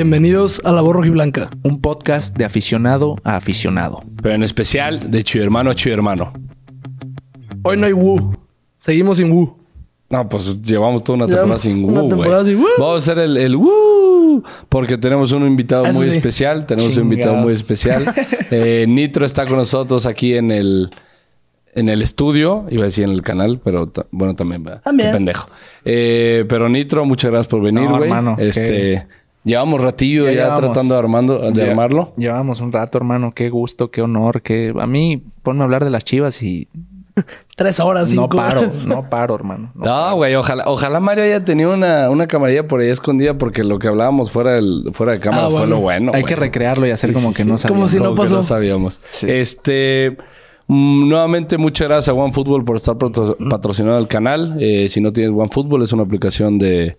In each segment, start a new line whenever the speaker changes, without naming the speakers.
Bienvenidos a La Voz Blanca.
Un podcast de aficionado a aficionado.
Pero en especial de Chuy Hermano a Chuy Hermano.
Hoy no hay Wu. Seguimos sin Wu.
No, pues llevamos toda una temporada
Llevamos
sin
una
Wu, güey.
temporada sin Wu.
Vamos a hacer el, el Wu, porque tenemos un invitado
Eso
muy
sí.
especial. Tenemos un invitado
Chingado.
muy especial. Eh, Nitro está con nosotros aquí en el, en el estudio. Iba a decir en el canal, pero ta- bueno, también, ¿verdad?
También.
Qué pendejo. Eh, pero Nitro, muchas gracias por venir,
No,
güey.
hermano,
este, llevamos ratillo
Ya
ya,
llevamos.
tratando de, armando, de
Lle-
armarlo.
Llevamos un rato, hermano. Qué gusto, qué honor, qué... A mí, ponme a hablar de las chivas y
Tres horas, cinco
no paro.
horas.
No paro, hermano. No.
No, güey, ojalá, ojalá Mario haya tenido una, una camarilla por ahí escondida porque lo que hablábamos fuera, del, fuera de cámara
Ah,
fue
bueno.
lo bueno.
Hay
güey.
que recrearlo y hacer
Sí,
como
sí,
que
sí.
no
Como
sabíamos.
si no
Como que
pasó.
no sabíamos.
Sí.
Este, mm, nuevamente muchas gracias a OneFootball por estar proto- patrocinado el canal. Eh, si no tienes OneFootball, es una aplicación de,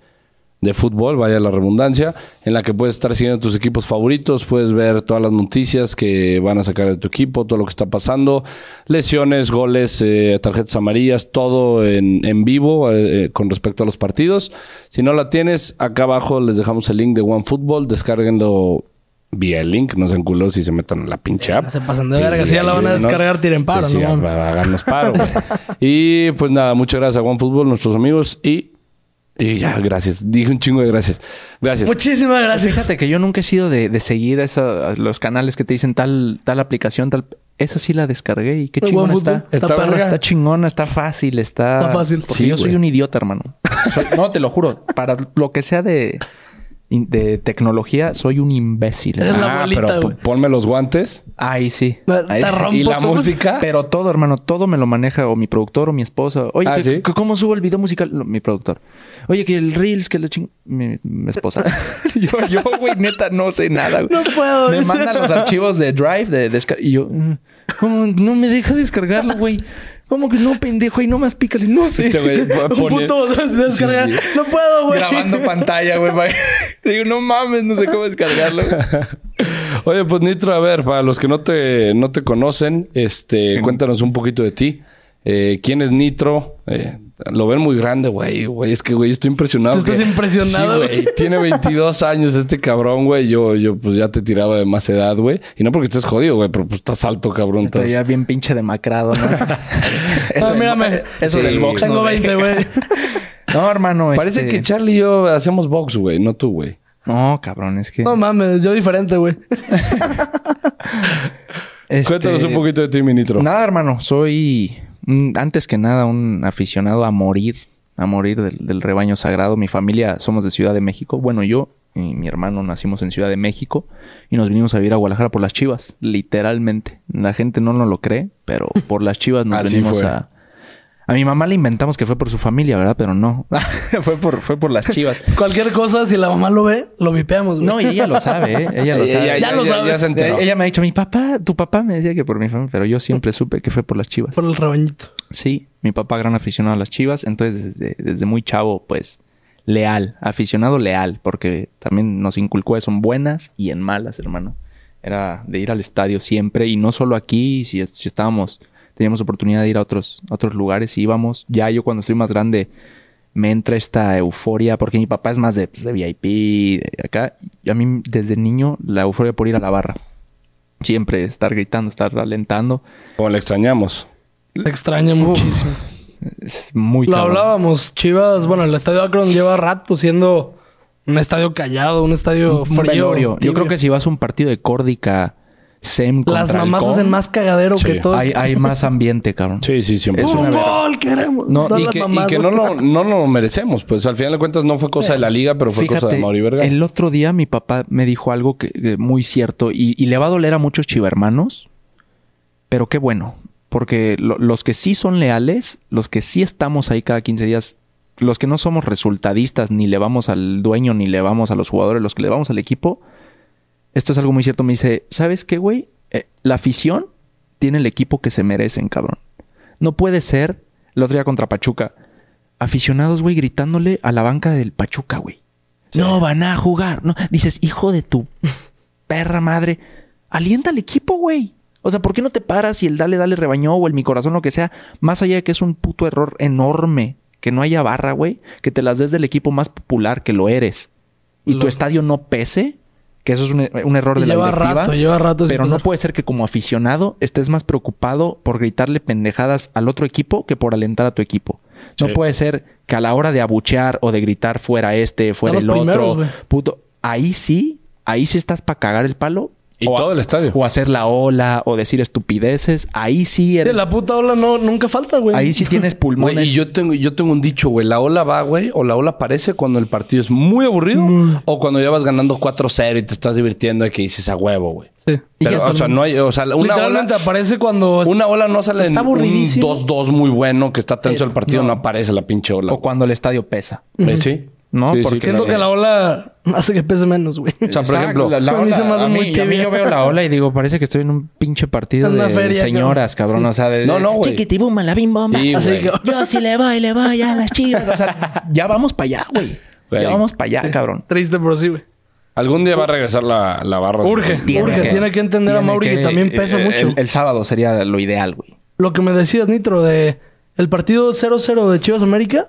de fútbol, vaya la redundancia, en la que puedes estar siguiendo tus equipos favoritos, puedes ver todas las noticias que van a sacar de tu equipo, todo lo que está pasando, lesiones, goles, eh, tarjetas amarillas, todo en, en vivo eh, eh, con respecto a los partidos. Si no la tienes, acá abajo les dejamos el link de OneFootball, descárguenlo vía el link, no se enculos si se metan a la pinche app.
no se pasen de verga, si ya la van a
ayúdenos.
descargar, tiren paro,
Sí, sí,
no mames.
ha- háganos paro, güey. Y pues nada, muchas gracias a OneFootball, nuestros amigos y... Y ya, gracias. Dije un chingo de gracias. Gracias.
Muchísimas gracias.
Fíjate que yo nunca he sido de, de seguir esa- los canales que te dicen tal, tal aplicación, tal... Esa sí la descargué y qué
Muy
chingona
buen
está.
fútbol.
Está
Está
verga.
perra.
Está chingona, está fácil, está...
Está fácil.
Porque
Sí,
yo soy
güey.
un idiota, hermano. Soy- no, te lo juro. Para lo que sea de, de tecnología, soy un imbécil.
Eres
hermano.
la abuelita,
pero
güey.
po- ponme los guantes.
Ahí sí.
Me-
Ahí
te
sí.
rompo
Y la
todo.
música.
Pero todo, hermano, todo me lo maneja o mi productor o mi esposa. Oye,
Ah,
que-
¿sí?
que ¿cómo subo el video musical? Lo- mi productor. Oye, que el Reels, que lo ching... Mi, mi esposa. yo, yo, güey, neta, no sé nada. güey.
No puedo.
Me mandan los archivos de Drive, de descarga. Y yo, mm, ¿cómo no me deja descargarlo, güey? ¿Cómo que no, pendejo? Y nomás pícale. No sé.
Este güey va a
Un
poner-
puto botón de descargar.
Sí, sí.
No puedo, güey.
Grabando pantalla, güey. pa- Digo, no mames, no sé cómo descargarlo.
Oye, pues Nitro, a ver, para los que no te, no te conocen, este, cuéntanos un poquito de ti. Eh, ¿Quién es Nitro? Eh, lo ven muy grande, güey. güey. Es que, güey, estoy impresionado.
Tú estás
que-
impresionado,
Sí,
güey.
güey. Tiene 22 años este cabrón, güey. Yo, yo, pues ya te tiraba de más edad, güey. Y no porque estés jodido, güey, pero pues estás alto, cabrón. Estás...
Estaría bien pinche demacrado, ¿no?
Ah, mírame.
Eso
Sí.
del box
Tengo
no
20,
deja.
güey.
No, hermano.
Parece
este-
que Charlie y yo hacemos box, güey. No tú, güey.
No, cabrón, es que.
No mames, yo diferente, güey.
este-
Cuéntanos un poquito de ti, mi Nitro.
Nada, hermano. Soy, mm, antes que nada, un aficionado a morir. A morir del, del rebaño sagrado. Mi familia somos de Ciudad de México. Bueno, yo y mi hermano nacimos en Ciudad de México y nos vinimos a vivir a Guadalajara por las chivas, literalmente. La gente no nos lo cree, pero por las chivas nos
Así
venimos
fue.
a. A mi mamá le inventamos que fue por su familia, ¿verdad? Pero no. fue, por, fue por las chivas.
Cualquier cosa, si la mamá lo ve, lo vipeamos, güey.
No, y ella lo sabe, ¿eh? Ella lo sabe.
Ya lo sabes.
se enteró.
Eh, Ella me ha dicho, mi papá, tu papá me decía que por mi familia, pero yo siempre supe que fue por las chivas.
Por el rebañito.
Sí, mi papá gran aficionado a las chivas, entonces desde, desde muy chavo, pues leal, aficionado leal, porque también nos inculcó eso en buenas y en malas, hermano. Era de ir al estadio siempre y no solo aquí, si, es- si estábamos, teníamos oportunidad de ir a otros, a otros lugares, íbamos. Ya yo cuando estoy más grande me entra esta euforia, porque mi papá es más de, pues, de VIP, de acá. Y a mí desde niño la euforia por ir a la barra. Siempre estar gritando, estar alentando.
Como le extrañamos.
Te extraña muchísimo.
Es muy
Lo
cabrón.
hablábamos, Chivas, bueno, el estadio Akron lleva rato siendo un estadio callado, un estadio
Un
frío.
velorio. Yo
tibio.
creo que si vas a un partido de Córdica, SEM contra
las mamás
Halcón,
hacen más cagadero
Sí.
que todo.
Hay, hay más ambiente, cabrón.
Sí, sí, siempre.
Es
¡Un
una verga.
gol queremos!
No,
Todas
y
las
que, y
mamás,
que no,
güey.
lo, no lo merecemos. Pues al final de cuentas no fue cosa de la liga, pero fue cosa de Mauri Vergara.
el otro día mi papá me dijo algo que, que muy cierto y, y le va a doler a muchos chivermanos, pero qué bueno, porque lo- los que sí son leales, los que sí estamos ahí cada 15 días, los que no somos resultadistas, ni le vamos al dueño, ni le vamos a los jugadores, los que le vamos al equipo, esto es algo muy cierto, me dice, ¿sabes qué, güey? Eh, la afición tiene el equipo que se merecen, cabrón. No puede ser, el otro día contra Pachuca, aficionados, güey, gritándole a la banca del Pachuca, güey. No van a jugar. No, dices, hijo de tu perra madre, alienta al equipo, güey. O sea, ¿por qué no te paras y el dale, dale rebañó o el mi corazón, lo que sea? Más allá de que es un puto error enorme que no haya barra, güey, que te las des del equipo más popular que lo eres y tu
Los-
estadio no pese, que eso es un, un error
Y
de la
lleva
directiva.
rato, lleva rato sin
Pero no
pasar.
puede ser que como aficionado estés más preocupado por gritarle pendejadas al otro equipo que por alentar a tu equipo. No
Sí.
puede ser que a la hora de abuchear o de gritar fuera este, fuera
los
el otro,
primeros, güey.
puto, ahí sí, ahí sí estás para cagar el palo.
Y
o a-
todo el estadio.
O hacer la ola o decir estupideces. Ahí sí
Sí,
eres.
La puta ola no, nunca falta, güey.
Ahí sí tienes
Güey,
pulmones.
y yo tengo, yo tengo un dicho, güey. La ola va, güey, o la ola aparece cuando el partido es muy aburrido o cuando ya vas ganando 4-0 y te estás divirtiendo y que dices a huevo, güey.
Sí.
Pero, o sea, no hay, o sea, una
Literalmente
ola,
aparece cuando...
una ola no sale
Está
en un
aburridísimo.
2-2 muy bueno que está tenso el
Eh,
partido, no, aparece la pinche ola.
O cuando el estadio pesa.
güey. Eh, sí.
No,
Sí, sí,
porque-
Siento
claro.
que la ola hace que pese menos, güey.
O sea, por
Exacto,
ejemplo,
la, la
a mí
ola-
se me hace
a
muy
mí- a mí
tibia.
yo veo la ola y digo, parece que estoy en un pinche partido
Una
de
feria,
señoras, cabrón. O sea, de,
No, no, güey.
Chiquitibumba, la bimbomba.
Sí,
Así
güey.
que...
Yo sí le voy, le voy a las chivas. O sea, ya vamos para allá, güey.
Güey.
Ya vamos para allá, cabrón.
Triste, pero sí, güey.
Algún día va a regresar la, la barra.
Urge,
Tiene
urge.
que-
tiene que entender a
tiene
Mauri que también pesa
el-
mucho.
El, el sábado sería lo ideal, güey.
Lo que me decías, Nitro, de... El partido 0-0 de Chivas América...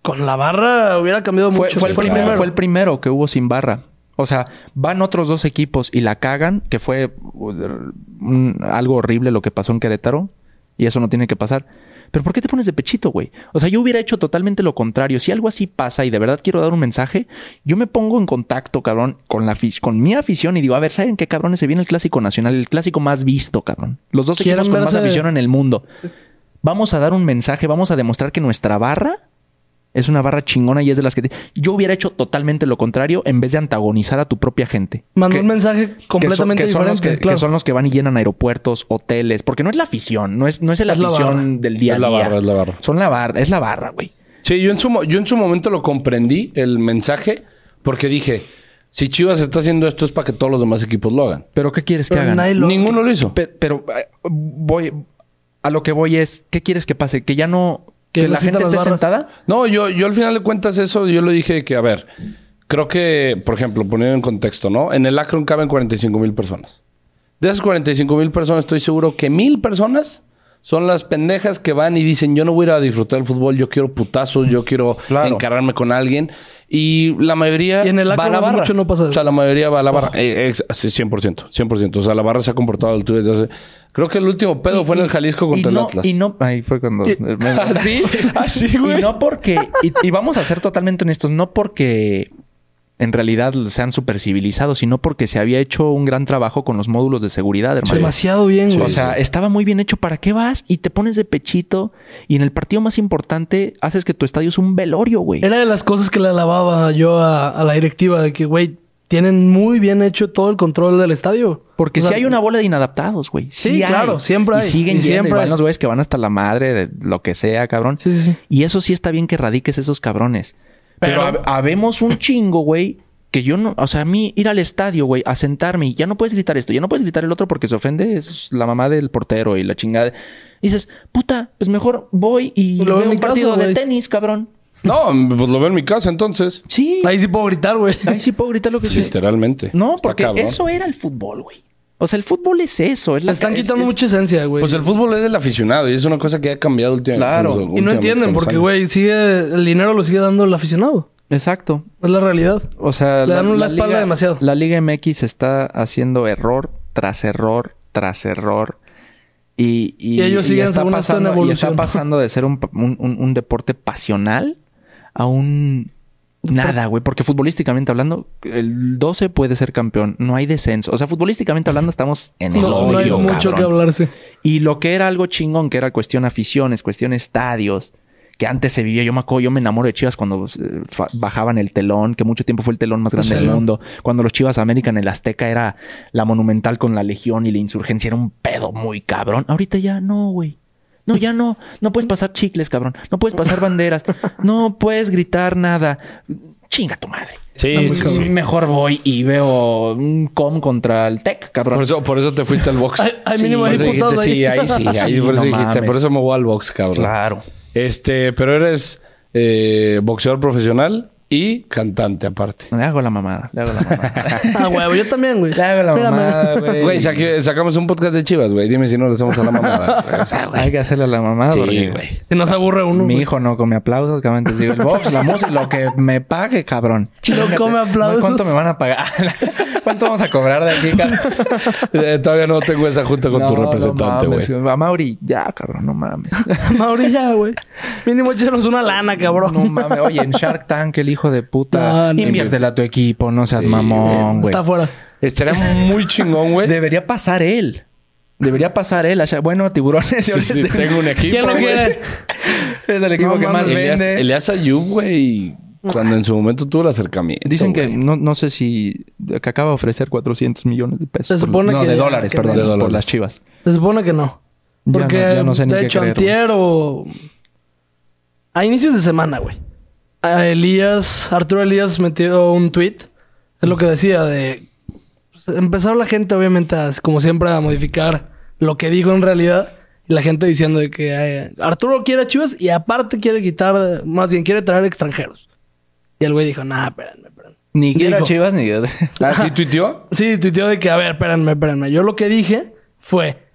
Con la barra hubiera cambiado
Fue,
mucho.
fue el
Sí,
primero,
claro.
fue el primero que hubo sin barra. O sea, van otros dos equipos y la cagan, que fue uh, un- algo horrible lo que pasó en Querétaro. Y eso no tiene que pasar. Pero ¿por qué te pones de pechito, güey? O sea, yo hubiera hecho totalmente lo contrario. Si algo así pasa y de verdad quiero dar un mensaje, yo me pongo en contacto, cabrón, con, la afic- con mi afición y digo, a ver, ¿saben qué, cabrones? Se viene el Clásico Nacional, el Clásico más visto, cabrón. Los dos
¿Quieren
equipos con más
verse?
afición en el mundo. Vamos a dar un mensaje, vamos a demostrar que nuestra barra es una barra chingona y es de las que... te- Yo hubiera hecho totalmente lo contrario en vez de antagonizar a tu propia gente.
Mandó
Que-
un mensaje completamente
que son- que son los
diferente.
que-
claro.
que son los que van y llenan aeropuertos, hoteles, porque no es la afición, no es, no es la
Es la
afición
barra.
del día a
Es la
día.
barra, es la barra.
Son la barra, es la barra, güey.
Sí, yo en, su, mo- yo en su momento lo comprendí, el mensaje, porque dije, si Chivas está haciendo esto es para que todos los demás equipos lo hagan.
Pero ¿qué quieres
Pero
que hagan?
nadie lo-
Ninguno lo hizo.
Pe- Pero, eh, voy a lo que voy es, ¿qué quieres que pase? Que ya no
Que
que, la
no sientan
gente
las
esté
barras.
sentada.
No, yo, yo al final de cuentas eso, yo lo dije que, a ver, creo que, por ejemplo, poniendo en contexto, ¿no? En el Akron caben 45 mil personas. De esas 45 mil personas estoy seguro que mil personas son las pendejas que van y dicen, yo no voy a ir a disfrutar del fútbol, yo quiero putazos, yo quiero
Claro.
encararme con alguien. Y la mayoría
Y en el
va a
Akron
la
hace
barra.
mucho no pasa eso.
O sea, la mayoría va a la barra. Eh, ex- sí, 100%, 100%. O sea, la barra se ha comportado al altura desde hace... Creo que el último pedo
Y-
fue en
y-
el Jalisco
y
contra
no-
el Atlas.
Y no, ahí fue cuando...
Ah,
Así, así, güey.
Y no porque. Y, y vamos a ser totalmente honestos, no porque en realidad sean super civilizados, sino porque se había hecho un gran trabajo con los módulos de seguridad, hermano.
Demasiado bien,
Sí.
güey.
O sea, estaba muy bien hecho. ¿Para qué vas? Y te pones de pechito. Y en el partido más importante haces que tu estadio es un velorio, güey.
Era de las cosas que le alababa yo a, a la directiva de que, güey, tienen muy bien hecho todo el control del estadio.
Porque
O sea,
si hay una bola de inadaptados, güey.
Sí,
hay.
claro, siempre hay.
Y siguen
Y
yendo.
siempre
y van
hay.
los güeyes que van hasta la madre de lo que sea, cabrón.
Sí, sí, sí.
Y eso sí está bien que radiques esos cabrones. Pero,
Pero-
hab- habemos un chingo, güey, que yo no... O sea, a mí ir al estadio, güey, a sentarme y ya no puedes gritar esto, ya no puedes gritar el otro porque se ofende es la mamá del portero y la chingada. Y dices, puta, pues mejor voy y
Lo
lo
veo en
veo un
mi casa,
partido de
güey.
tenis, cabrón.
No, pues lo veo en mi casa entonces.
Sí. Ahí,
Ahí sí puedo gritar, güey.
sí puedo gritar lo que sea.
Literalmente.
No,
Está
porque
cabrón.
eso era el fútbol, güey. O sea, el fútbol es eso. Es
Le
la-
están
es-
quitando
es-
mucha esencia, güey.
Pues el fútbol es del aficionado y es una cosa que ha cambiado últimamente.
Claro. Y no
y no entienden porque, güey, sigue... El dinero lo sigue dando el aficionado.
Exacto.
Es la realidad.
O sea,
Le dan la espalda
liga,
demasiado.
La Liga MX está haciendo error tras error tras error. Y, y-
Y ellos
y
siguen,
está
según esto, en
pasando, y está
evolución.
pasando de ser un, pa- un- un- un deporte pasional a un nada, güey. Porque futbolísticamente hablando, el 12 puede ser campeón. No hay descenso. O sea, futbolísticamente hablando, estamos en el
No, no hay
hoyo,
mucho
cabrón.
que hablarse.
Y lo que era algo chingón, que era cuestión aficiones, cuestión estadios, que antes se vivía, yo me acuerdo, yo me enamoro de Chivas cuando eh, fa- bajaban el telón, que mucho tiempo fue el telón más
Sí.
grande del mundo, cuando los Chivas América en el Azteca era la monumental con la Legión y la insurgencia era un pedo muy cabrón. Ahorita ya no, güey. No, ya no. No puedes pasar chicles, cabrón. No puedes pasar banderas. No puedes gritar nada. Chinga tu madre.
Sí, sí, sí.
Mejor voy y veo un com contra el tech, cabrón.
Por eso, por eso te fuiste al box.
Ay, ay, mínimo
por
hay
eso dijiste,
putados ahí.
sí, ahí sí, ahí
Sí,
por eso
no
dijiste,
mames.
por eso me voy al box, cabrón.
Claro.
Este, pero eres eh, boxeador profesional, y cantante aparte.
Le hago la mamada, le hago la mamada.
Ah, huevo, yo también, güey.
le hago la
Espérame.
mamada, güey.
Güey, saqué- sacamos un podcast de Chivas, güey. Dime si no le hacemos a la mamada. güey. O sea, güey.
Hay que hacerle la mamada
Sí,
porque
güey.
Si no se aburre uno.
mi
güey.
hijo no come aplausos, cabrón. Entonces digo, el box, la música, lo que me pague, cabrón. Chíngate.
come aplausos.
¿Cuánto me van a pagar? ¿Cuánto vamos a cobrar de aquí, cabrón?
Eh, todavía no tengo esa junta con tu
No, no
representante, güey.
mames, A Mauri, ya, cabrón, no mames.
Mauri ya, güey. Mínimo échenos una lana, cabrón.
No mames, oye, en Shark Tank, el hijo de
No,
puta.
no.
inviértela a tu equipo, no seas mamón, güey.
Está fuera.
Estaría muy chingón, güey.
Debería pasar él. Debería pasar él. a Shark- Bueno, tiburones. yo
Sí, sí,
les-
tengo un equipo.
¿Quién lo
güey.
quiere?
Es el equipo
No
que más
mames.
Elías,
vende.
Elías Ayub, güey, cuando en su momento tuvo el acercamiento.
Dicen que
güey.
no, no sé si que acaba de ofrecer 400 millones de pesos.
Se
por-
supone
no,
que-
de dólares,
que-
perdón,
De dólares.
por las chivas.
Se supone que no.
Ya
Porque,
no- ya no sé ni
de
qué
hecho,
creer,
antier o... A inicios de semana, güey. A Elías, Arturo Elías metió un tweet. Es lo que decía de... pues, empezó la gente, obviamente, a, como siempre, a modificar lo que dijo en realidad. Y la gente diciendo de que eh, Arturo quiere a Chivas y aparte quiere quitar... Más bien, quiere traer extranjeros. Y el güey dijo, nah, espérenme, espérenme.
Ni
Dijo.
quiero chivas ni.
Ah, sí, tuiteó.
Sí, tuiteó de que, a ver, espérenme, espérenme. Yo lo que dije fue,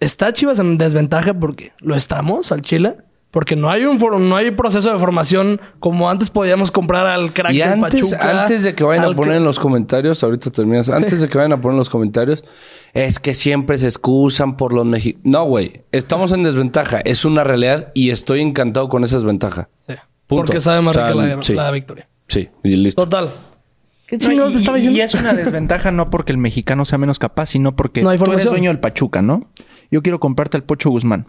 está Chivas en desventaja porque lo estamos al Chile. Porque no hay un foro- no hay proceso de formación como antes podíamos comprar al crack
Y
del
antes,
Pachuca,
antes de que vayan a
al-
poner en los comentarios, ahorita terminas, antes de que vayan a poner en los comentarios, es que siempre se excusan por los mexicanos. No, güey, estamos en desventaja, es una realidad y estoy encantado con esa desventaja.
Sí,
Punto.
porque sabe más
O sea,
rica la,
sí.
la victoria.
Sí, y listo.
Total. ¿Qué
No,
chingados te estaba
y,
diciendo?
y es una desventaja no porque el mexicano sea menos capaz, sino porque
No hay
tú eres
formación.
dueño del Pachuca, ¿no? Yo quiero comprarte al Pocho Guzmán.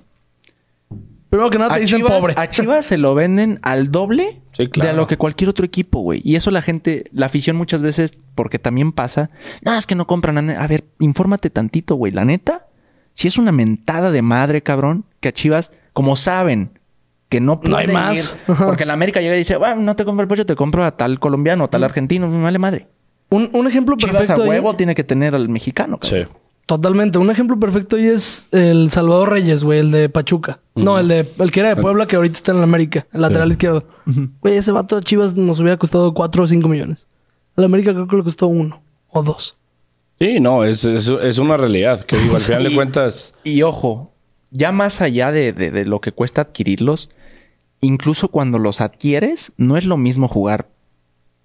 Primero que nada te
a,
dicen
Chivas,
pobre.
a Chivas se lo venden al doble
Sí, claro.
de a lo que cualquier otro equipo, güey. Y eso la gente, la afición muchas veces, porque también pasa, no, es que no compran. a ne-". A ver, infórmate tantito, güey. La neta, si es una mentada de madre, cabrón, que a Chivas, como saben que no pueden
No hay más.
ir, porque la América llega y dice, bueno, no te compro el pollo, te compro a tal colombiano,
Mm.
tal argentino, me vale madre.
Un, un ejemplo
Chivas a
perfecto ahí-
huevo tiene que tener al mexicano, cabrón.
Sí.
Totalmente. Un ejemplo perfecto ahí es el Salvador Reyes, güey, el de Pachuca. No, el de el que era de Puebla, que ahorita está en la América, el lateral izquierdo. Güey, ese vato de Chivas nos hubiera costado 4 o 5 millones. Al América creo que le costó uno o dos.
Sí, no, es, es, es una realidad. Que digo, al final
Y-
de cuentas,
Y ojo, ya más allá de, de- de lo que cuesta adquirirlos, incluso cuando los adquieres, no es lo mismo jugar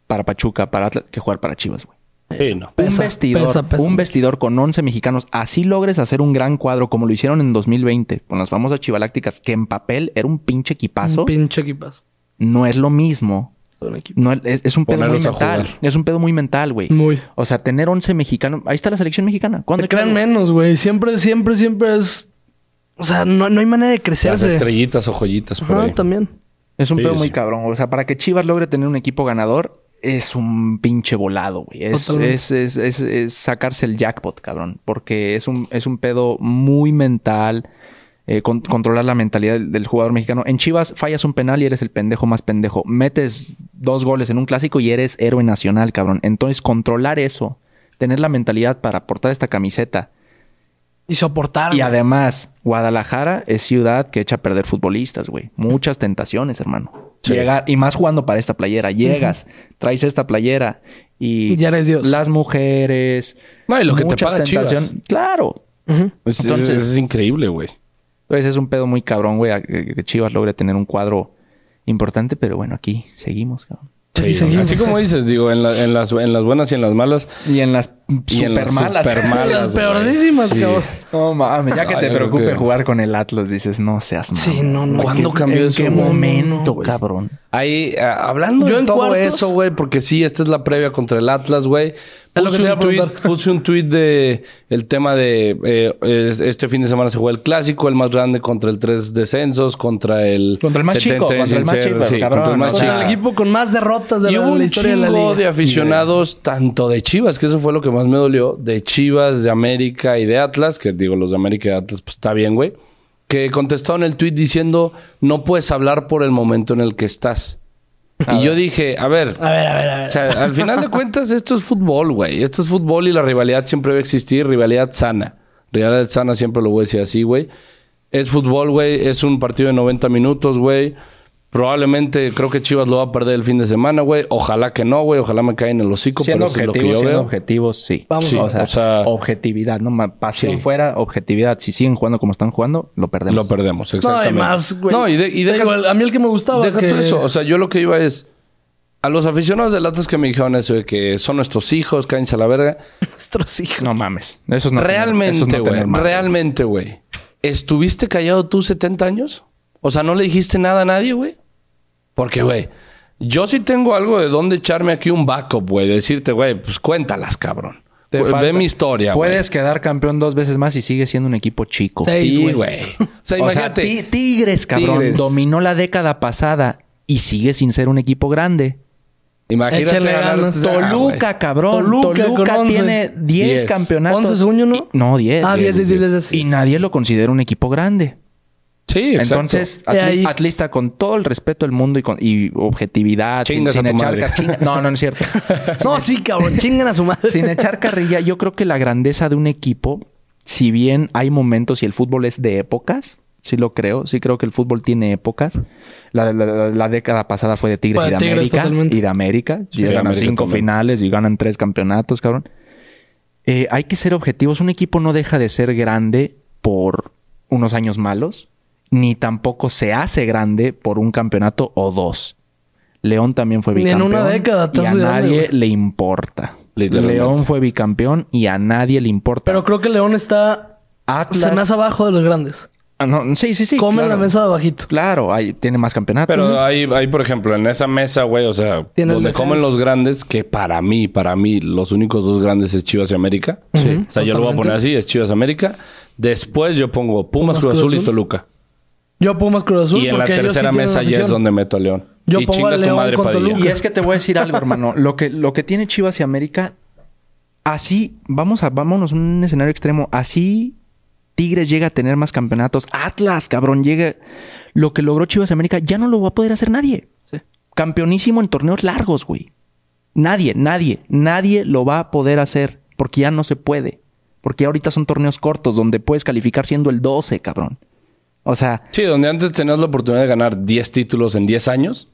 para Pachuca, para Atlas, que jugar para Chivas, güey.
sí, no.
Un
Pesa,
vestidor,
pesa, pesa
un
mucho.
vestidor con 11 mexicanos, así logres hacer un gran cuadro como lo hicieron en 2020 con las famosas Chivalácticas, que en papel era un pinche equipazo,
Un pinche equipazo.
no es lo mismo.
Son equipo.
No, es, es un pedo muy
Ponerlos a
mental.
jugar.
Es un pedo muy mental, güey.
Muy.
O sea, tener 11 mexicanos. Ahí está la selección mexicana. ¿Cuándo
Te crean
chingados?
menos, güey. Siempre, siempre, siempre es. O sea, no, no hay manera de
Las
crecerse.
estrellitas o joyitas por ahí.
Ajá, también.
Es un
Sí,
pedo
sí.
muy cabrón. O sea, para que Chivas logre tener un equipo ganador, es un pinche volado, güey. Es,
Totalmente.
es, es, es- es sacarse el jackpot, cabrón. Porque es un, es un pedo muy mental. eh, con- controlar la mentalidad del, del jugador mexicano. En Chivas fallas un penal y eres el pendejo más pendejo. Metes dos goles en un clásico y eres héroe nacional, cabrón. Entonces, controlar eso, tener la mentalidad para portar esta camiseta
Y soportar.
y
güey.
además, Guadalajara es ciudad que echa a perder futbolistas, güey. Muchas tentaciones, hermano.
Sí.
Llegar, y más jugando para esta playera. Llegas, traes esta playera y...
Y ya eres Dios.
Las mujeres...
No, y lo que te
muchas
paga
tentación-
Chivas.
Claro.
Ujú.
Es, es-
Entonces-
es increíble, güey.
Entonces es un pedo muy cabrón, güey, a- que que Chivas logre tener un cuadro importante. Pero bueno, aquí seguimos, cabrón.
Aquí
Sí,
seguimos.
así como dices, digo, en, la- en las, en las buenas y en las malas.
Y en las
Y en las
super malas.
supermalas,
Las
güey.
peorísimas,
Sí.
cabrón.
No mames, ya que
No,
te
yo creo
preocupe
que-
jugar con el Atlas, dices, no seas malo.
Sí, no, no.
¿Cuándo cambió
¿En
eso?
qué
güey?
momento,
güey.
cabrón?
Ahí, ah, hablando
Yo
de
en
todo
cuartos-
eso, güey, porque sí, esta es la previa contra el Atlas, güey.
Es lo que te
Puse,
iba
un
a
tuit-
preguntar.
puse un tuit de el tema de eh, es- este fin de semana se juega el clásico, el más grande contra el tres descensos, contra el
Contra el más chico,
y
contra el más
sin ser-
chico,
sí,
cabrón,
contra el más
o sea,
chico.
Contra el equipo con más derrotas de
Y
la,
hubo
la
un
historia de la
chingo
liga.
de aficionados, tanto de Chivas, que eso fue lo que más me dolió, de Chivas, de América y de Atlas, que digo, los de América y de Atlas, pues está bien, güey, que contestaron el tweet diciendo, no puedes hablar por el momento en el que estás. y yo dije, a ver,
A ver, a ver, a ver.
o sea, al final de cuentas, esto es fútbol, güey. Esto es fútbol y la rivalidad siempre va a existir, rivalidad sana. Rivalidad sana siempre lo voy a decir así, güey. Es fútbol, güey. Es un partido de 90 minutos, güey. Probablemente creo que Chivas lo va a perder el fin de semana, güey. Ojalá que no, güey. Ojalá me caiga en el hocico,
siendo
pero eso es lo
objetivos,
que yo
siendo
veo.
objetivos, sí.
Vamos
Sí,
a-
O sea,
o sea,
objetividad, no Ma- pasión
Sí.
fuera, objetividad. Si siguen jugando como están jugando, lo perdemos.
Lo perdemos,
No, y
exactamente.
más, güey.
No, y, de- y
Te
deja-
digo, el- a mí el que me gustaba.
Deja
que-
tú eso. O sea, yo lo que iba es. A los aficionados del Atlas que me dijeron eso de que son nuestros hijos, cállense a la verga.
Nuestros hijos.
no mames. Eso es no tener- eso es
realmente,
no
güey.
tener madre.
realmente, güey. ¿Estuviste callado tú 70 años? O sea, ¿no le dijiste nada a nadie, güey? Porque, güey, yo sí tengo algo de dónde echarme aquí un backup, güey. Decirte, güey, pues cuéntalas, cabrón.
Te
Güey,
falta-
Ve mi historia, güey.
Puedes quedar campeón dos veces más y sigue siendo un equipo chico.
Sí,
Sí,
güey.
güey. O sea,
O sea,
imagínate.
ti- Tigres, cabrón.
Tigres.
Dominó la década pasada y sigue sin ser un equipo grande.
imagínate
Échale
ganar-
ganas.
Ah, güey.
Toluca, cabrón. Toluca,
Toluca con once.
tiene 10
Diez.
campeonatos.
11 según yo, ¿no?
Y- no, 10.
Ah, 10, 10, 10,
Y nadie lo considera un equipo grande.
Sí, exacto.
Entonces,
De ahí-
atlista, atlista con todo el respeto del mundo y, con, y objetividad, sin,
Chingas
sin
a tu
echar
madre.
ca- chinga- No, no, no es cierto.
No, sí, cabrón. Chingan a su madre.
sin echar carrilla, yo creo que la grandeza de un equipo, si bien hay momentos y el fútbol es de épocas, sí lo creo, sí creo que el fútbol tiene épocas. La, la- la- la década pasada fue de Tigres
Fue
y de
de Tigres
América.
totalmente.
Y de América.
Sí,
Llegan a
América
cinco
también.
finales y ganan tres campeonatos, cabrón. Eh, hay que ser objetivos. Un equipo no deja de ser grande por unos años malos, ni tampoco se hace grande por un campeonato o dos. León también fue
Ni en
bicampeón.
una década te
y a
hace grande,
nadie
güey.
le importa.
Literalmente.
León fue bicampeón y a nadie le importa.
Pero creo que León está.
Atlas.
Se me hace abajo de los grandes.
Ah, no, sí, sí, sí.
Comen
claro.
la mesa de abajito.
Claro, ahí tiene más campeonatos.
Pero hay, hay, por ejemplo, en esa mesa, güey, o sea,
Tiene el
donde
descenso.
comen los grandes, que para mí, para mí, los únicos dos grandes es Chivas y América. Sí. O sea, yo lo voy a
Totalmente.
poner así, es Chivas América. Después yo pongo Pumas,
Pumas,
Cruz Azul, y
Cruz Azul.
Toluca.
Yo Pumas Cruz Azul.
y en la
porque ellos sí
tercera
tienen
mesa ya
afición.
es donde meto a León.
Yo
y
pongo a León con
Y
Toluca.
es que te voy a decir algo, hermano. Lo que, lo que tiene Chivas y América, así, vamos a, vámonos a un escenario extremo. Así Tigres llega a tener más campeonatos. Atlas, cabrón, llega. Lo que logró Chivas y América ya no lo va a poder hacer nadie. Campeonísimo en torneos largos, güey. Nadie, nadie, nadie lo va a poder hacer porque ya no se puede. Porque ahorita son torneos cortos donde puedes calificar siendo el 12, cabrón. O sea,
Sí, donde antes tenías la oportunidad de ganar 10 títulos en 10 años.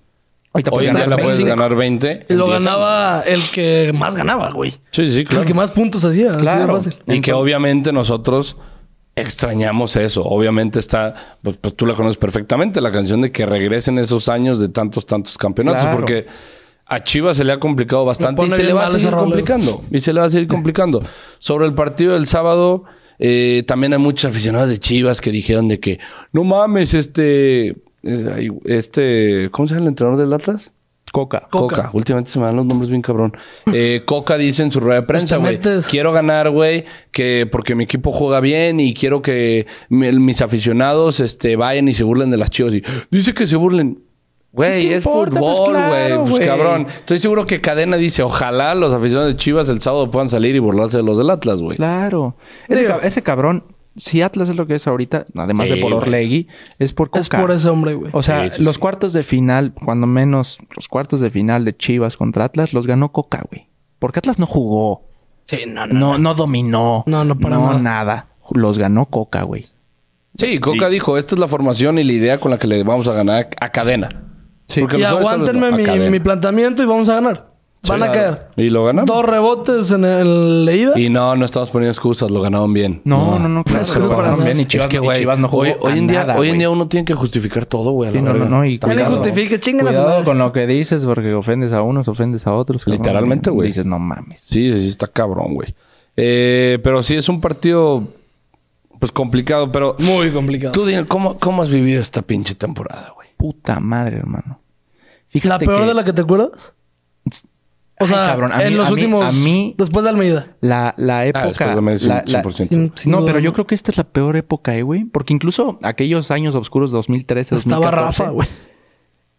ahorita
Hoy
puedes
en día
ganar
la puedes
25.
ganar 20.
Y
en
Lo
10 años.
ganaba el que más ganaba, güey.
Sí, sí, claro.
El que más puntos hacía. así de
Claro.
fácil.
Y que obviamente nosotros extrañamos eso. Obviamente está, pues, pues, tú la conoces perfectamente, la canción de que regresen esos años de tantos, tantos campeonatos,
Claro.
porque a Chivas se le ha complicado bastante y
pone
se le
bien
va a
mal ese
seguir
rollo.
complicando. Y se le va a seguir complicando. Sobre el partido del sábado, eh, también hay muchos aficionados de Chivas que dijeron de que, no mames, este, eh, ay, este, ¿cómo se llama el entrenador del Atlas?
Coca.
Coca.
Coca.
Últimamente se me dan los nombres bien cabrón. Eh, Coca dice en su rueda de prensa, güey,
Justamente es-
quiero ganar, güey, que porque mi equipo juega bien y quiero que mi- mis aficionados este, vayan y se burlen de las chivas. Y dice que se burlen.
¿Qué
Güey,
te
es
importa? Pues
fútbol, güey.
claro,
Pues,
güey.
cabrón. Estoy seguro que Cadena dice, ojalá los aficionados de Chivas el sábado puedan salir y burlarse de los del Atlas, güey.
Claro. Ese,
Digo-
cab- ese cabrón, si Atlas es lo que es ahorita, además
Sí,
de por
güey.
Orlegui, es por Coca.
Es por ese hombre, güey.
O sea,
Sí, sí,
los
sí.
cuartos de final, cuando menos los cuartos de final de Chivas contra Atlas, los ganó Coca, güey. Porque Atlas no jugó,
Sí, no, no.
no, no dominó,
No, no para
no
nada.
nada. Los ganó Coca, güey.
Sí, Coca dijo, esta es la formación y la idea con la que le vamos a ganar a Cadena. Porque
Y
mejor esto lo-
aguántenme
a Cadena.
mi, mi planteamiento y vamos a ganar.
Sí,
Van a
claro.
caer.
Y lo ganamos.
Dos rebotes en el leída.
Y no, no estamos poniendo excusas, lo ganaron bien.
No, no, no, claro.
es
que lo
para
ganaron
nada.
bien y Chivas,
es que,
y
güey,
Chivas no jugó
hoy, hoy
a
en día,
nada,
hoy en
güey.
día uno tiene que justificar todo, güey. a la
Sí, no, no,
verga.
no, y-
Ya le
Cuidado.
justifique, chinguen a su
Cuidado
madre.
con lo que dices porque ofendes a unos, ofendes a otros. cabrón.
Literalmente, güey.
Dices, no mames.
Sí, sí, sí, está cabrón, güey. Eh, pero sí, es un partido, pues, complicado. Pero
Muy complicado.
tú, Dino, ¿cómo, ¿cómo has vivido esta pinche temporada, güey?
Puta madre, hermano.
¿La
Fíjate
peor
que-
de la que te acuerdas? O
Ay,
sea,
cabrón, a
en
mí-
los
a mí-
últimos...
a mí-
después de Almeida.
La, la época.
Ah, después de Messi,
la- la-
100%.
Sin- sin
no,
duda.
pero yo creo que esta es la peor época, eh, güey. Porque incluso aquellos años oscuros, 2013,
Estaba
2014,
Rafa, güey.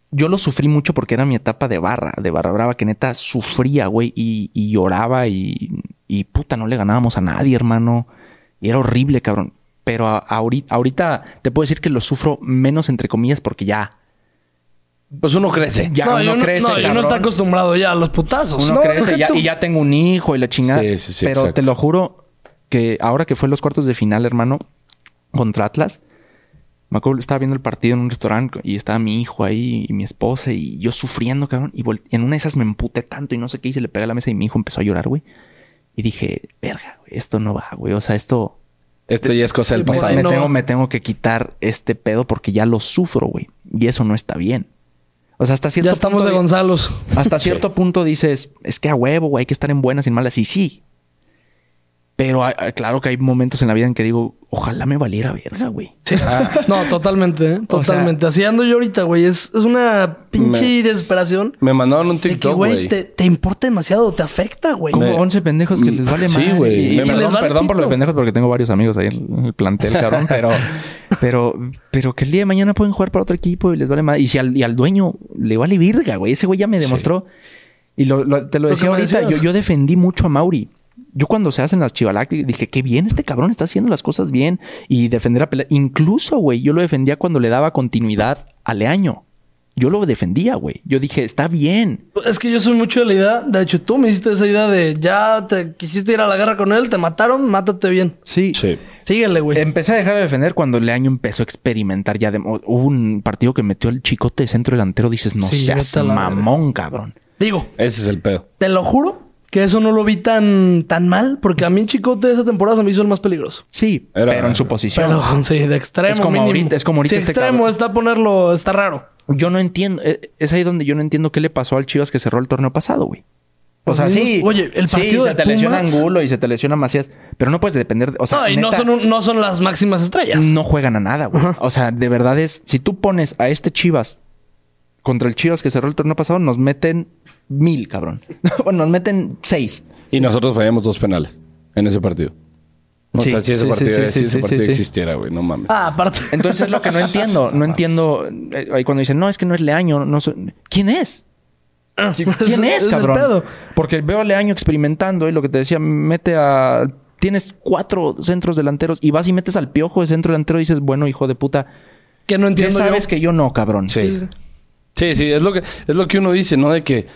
Yo lo sufrí mucho porque era mi etapa de barra, de barra brava, que neta sufría, güey, y, y lloraba y, y puta, no le ganábamos a nadie, hermano. Y era horrible, cabrón. Pero a- ahorita, ahorita te puedo decir que lo sufro menos, entre comillas, porque ya.
Pues uno crece.
Ya
no, y
uno, crece.
No, y uno
cabrón.
está acostumbrado ya a los putazos.
Uno
No,
crece
deja
ya-
tú.
y ya tengo un hijo y la chingada.
Sí, sí, sí,
pero
exacto.
te lo juro que ahora que fue los cuartos de final, hermano, contra Atlas, Me acuerdo, estaba viendo el partido en un restaurante y estaba mi hijo ahí y mi esposa y yo sufriendo, cabrón. Y vol- en una de esas me emputé tanto y no sé qué hice, le pegué a la mesa y mi hijo empezó a llorar, güey. Y dije, verga, güey, esto no va, güey. O sea, esto...
Esto ya es cosa del
Me-
pasado.
me,
no.
tengo, me tengo que quitar este pedo porque ya lo sufro, güey. Y eso no está bien. O sea, hasta cierto
Ya estamos
punto
de
di-
Gonzalos.
hasta cierto punto dices, es que a huevo, güey, hay que estar en buenas y en malas. Y sí. Pero hay- hay- claro que hay momentos en la vida en que digo, ojalá me valiera verga, güey.
No, totalmente, ¿eh?
ah. O sea-
Totalmente. Así ando yo ahorita, güey. Es, es una pinche
Me-
desesperación.
Me mandaron un
De que,
TikTok,
güey,
güey.
te, te importa demasiado, te afecta, güey.
Como
Me-
11 pendejos que les vale
Sí,
madre.
güey.
Y-
Me-
y-
les
perdón,
vale
perdón por los
pito.
pendejos porque tengo varios amigos ahí en el plantel, cabrón. pero, pero, pero que el día de mañana pueden jugar para otro equipo y les vale madre. Y si al, y al dueño le vale virga, güey. Ese güey ya me demostró. Y lo- lo- te
Lo
lo decía
que me
ahorita, yo,
decías.
yo defendí mucho a Mauri. Yo cuando se hacen las chivalácticas dije, qué bien, este cabrón está haciendo las cosas bien y defender la pelea. Incluso, güey, yo lo defendía cuando le daba continuidad a Leaño. Yo lo defendía, güey. Yo dije, está bien.
Es que yo soy mucho de la idea. De hecho, tú me hiciste esa idea de ya te quisiste ir a la guerra con él, te mataron, mátate bien.
Sí.
Sí.
Síguele, güey.
Empecé a dejar de defender cuando Leaño empezó a experimentar ya. de- hubo un partido que metió el chicote de centro delantero. Dices, no
Sí,
seas
vete a la
mamón, cabrón.
Digo,
Ese es el pedo.
te lo juro que eso no lo vi tan, tan mal, porque a mí el chicote de esa temporada se me hizo el más peligroso.
Sí,
Era-
pero en su posición.
Pero sí, de extremo.
Es como
mínimo.
ahorita- es como ahorita
Si
este
extremo
cabrón.
está ponerlo, está raro.
Yo no entiendo. eh, Es ahí donde yo no entiendo qué le pasó al Chivas que cerró el torneo pasado, güey. O
Los
sea,
mismos-
sí.
oye, el
sí,
partido
se
de
te lesiona
Pumas-
Angulo y se te lesiona Macías. Pero no puedes depender. de- O sea,
no, y no,
neta,
son un- no son las máximas estrellas.
no juegan a nada, güey. O sea, de verdad es, si tú pones a este Chivas contra el Chivas que cerró el torneo pasado, nos meten mil, cabrón. bueno, nos meten seis.
Y nosotros fallamos dos penales en ese partido. O
Sí,
sea, si ese
sí,
partido,
sí, sí,
si ese
sí, sí,
partido
sí.
existiera, güey, no mames.
Ah, aparte.
Entonces es lo que no entiendo. No entiendo. eh, ahí cuando dicen, no, es que no es Leaño. No soy-". ¿Quién es? ¿Quién es,
Ah, pues, el
cabrón?
pedo.
Porque veo a Leaño experimentando y lo que te decía, mete a. Tienes cuatro centros delanteros y vas y metes al piojo de centro delantero y dices, bueno, hijo de puta,
Que no
ya
entiendo
sabes
yo.
que yo no, cabrón.
Sí. Sí, sí, es lo que es lo que uno dice, ¿no? De que,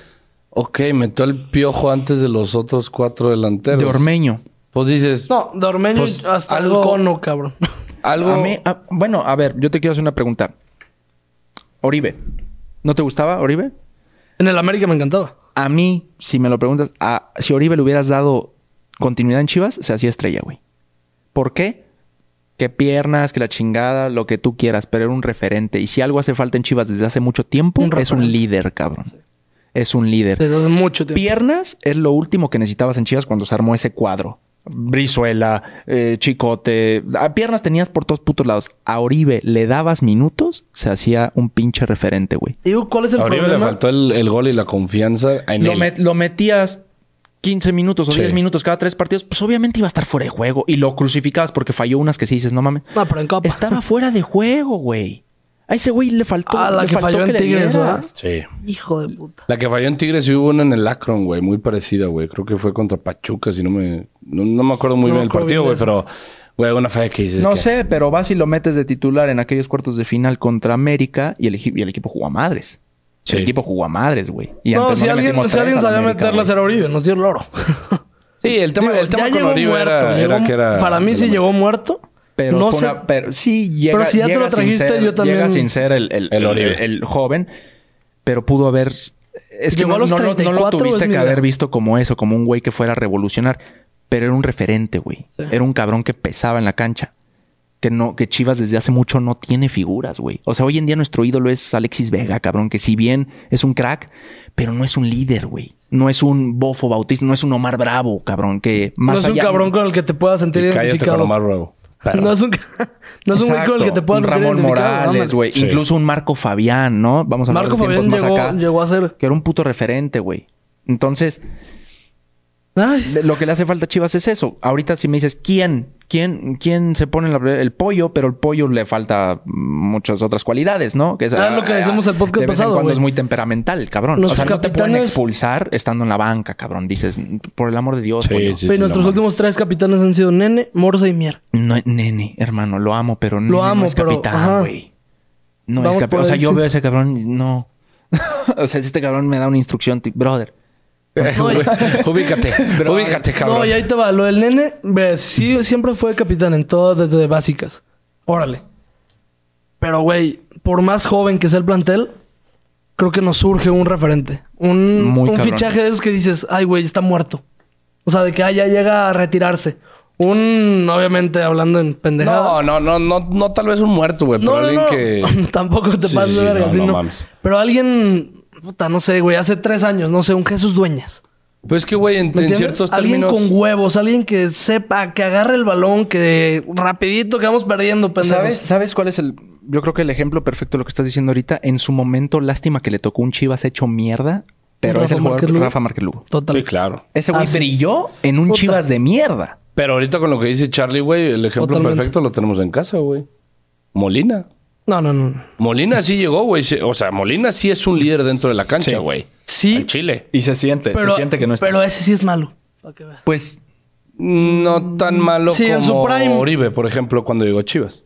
ok, metió el piojo antes de los otros cuatro delanteros.
De Ormeño.
Pues dices,
No, de Ormeño
Pues,
hasta
algo-
el cono, cabrón.
algo.
A mí- a- bueno, a ver, yo te quiero hacer una pregunta. Oribe. ¿No te gustaba Oribe?
En el América me encantaba.
A mí, si me lo preguntas, a- si Oribe le hubieras dado continuidad en Chivas, se hacía estrella, güey. ¿Por qué? Que piernas, que la chingada, lo que tú quieras, pero era un referente. Y si algo hace falta en Chivas desde hace mucho tiempo,
Un
es un
referente.
líder, cabrón. Es un líder.
Desde hace mucho tiempo.
Piernas es lo último que necesitabas en Chivas cuando se armó ese cuadro. Brizuela, eh, Chicote. A piernas tenías por todos putos lados. A Oribe le dabas minutos, se hacía un pinche referente, güey.
Digo, ¿cuál es el
a Oribe le
problema?
faltó el, el gol y la confianza en
Lo,
él.
met- lo metías 15 minutos o
Sí.
10 minutos cada tres partidos, pues obviamente iba a estar fuera de juego. Y lo crucificabas porque falló unas que sí dices, no mames.
No, pero en Copa.
Estaba fuera de juego, güey. A ese güey le faltó.
Ah, la
le
que
faltó
falló en
le
Tigres,
dieras.
¿verdad?
Sí.
Hijo de puta.
La que falló en Tigres y hubo una en el Akron, güey, muy parecida, güey. Creo que fue contra Pachuca, si no me. No, no me acuerdo muy
No me
bien el
acuerdo
partido, güey,
bien de
pero. Güey, una falla que dices.
No
que-
sé, pero vas y lo metes de titular en aquellos cuartos de final contra América y el, eji- y el equipo jugó a madres.
Sí.
El equipo jugó a madres, güey. Y
No,
antes
si
le
alguien,
metimos
si
tres
alguien
al
sabía
América,
meterlas
güey.
era Oribe, nos dio el oro.
Sí, el tema,
Digo,
el tema
ya
con
llegó
Oribe
muerto.
era,
llegó-
era que era.
para mí sí llegó muerto.
Pero,
no
fue
sé.
una- pero sí, llega,
Pero si ya te
llega
lo
sin
trajiste,
ser-
yo también-
Llega sin ser el, el,
El
el-
Oribe.
el joven, pero pudo haber... Es que
Llegó
no,
a los
no lo- no lo
34,
tuviste
es mi
que
idea.
haber visto como eso, como un güey que fuera a revolucionar. Pero era un referente, güey.
Sí.
Era un cabrón que pesaba en la cancha. Que, no, que Chivas desde hace mucho no tiene figuras, güey. O sea, hoy en día nuestro ídolo es Alexis Vega, cabrón, que si bien es un crack, pero no es un líder, güey. No es un Bofo Bautista, no es un Omar Bravo, cabrón, que más
no es un
allá-
cabrón con el que te puedas sentir
Y cállate con
identificado.
Omar, Bravo. Perro.
No es un, no es un güey con el que te
Exacto.
puedas
Un
sentir
Ramón
identificado.
Morales,
ándale.
güey.
Sí.
Incluso un Marco Fabián, ¿no? Vamos a hablar
Marco
de tiempos
Fabián
más
llegó,
acá.
llegó a ser.
Que era un puto referente, güey. Entonces,
Ay,
de- lo que le hace falta a Chivas es eso. Ahorita si me dices, ¿quién? ¿Quién, quién se pone en la pelea? el pollo? Pero el pollo le falta muchas otras cualidades, ¿no? Que es,
Ah, lo que decíamos el podcast
de vez en
pasado,
cuando
güey.
es muy temperamental, cabrón.
Nuestros
o sea, no te pueden
capitanes-
expulsar estando en la banca, cabrón. Dices, por el amor de Dios,
Sí,
pollo.
sí,
güey,
sí,
nuestros
no
últimos tres capitanes han sido Nene, Morza y Mier.
No, nene, hermano, lo amo, pero nene
amo,
no es
pero-
capitán,
ajá.
güey. No
Vamos
es capitán.
por
O sea,
ahí,
yo
sí.
veo a ese cabrón, y no. o sea, si este cabrón me da una instrucción, ti- brother.
mames. Ubícate, ubícate, cabrón.
No, y ahí te va. Lo del nene, ve, sí, siempre fue capitán en todo desde básicas. Órale. Pero, güey, por más joven que sea el plantel, creo que nos surge un referente. Un,
Muy
un
cabrón.
fichaje de esos que dices, ay, güey, está muerto. O sea, de que ah, ya llega a retirarse. Un, obviamente, hablando en
No,
pendejadas.
no, no, no, no tal vez un muerto, güey, pero alguien que...
Tampoco te
Sí,
pases de
sí, sí,
verga,
no,
sí,
no
no.
mames.
Pero alguien, puta, no sé, güey, hace tres años, no sé, un Jesús Dueñas.
Pues que, güey, en,
¿Me
en
entiendes?
ciertos
alguien
términos...
con huevos, alguien que sepa, que agarre el balón, que rapidito que vamos perdiendo, pendejos.
¿Sabes, ¿Sabes cuál es el...? Yo creo que el ejemplo perfecto de lo que estás diciendo ahorita, en su momento, lástima que le tocó un Chivas hecho mierda, pero
Rafa
es el jugador
Márquez Lugo.
Rafa Márquez Lugo.
Total.
Sí, claro.
Ese güey
Ah, sí.
brilló en un
Puta.
Chivas de mierda.
Pero ahorita con lo que dice Charlie, güey, el ejemplo
Totalmente.
perfecto lo tenemos en casa, güey. Molina.
No, no, no.
Molina sí llegó, güey. Sí, O sea, Molina sí es un líder dentro de la cancha,
Sí.
güey.
Sí,
Al Chile.
Y se siente,
pero, pero ese sí es malo. Para que veas.
Pues
No tan malo
Sí,
como
en su prime.
Oribe, por ejemplo, cuando llegó a Chivas.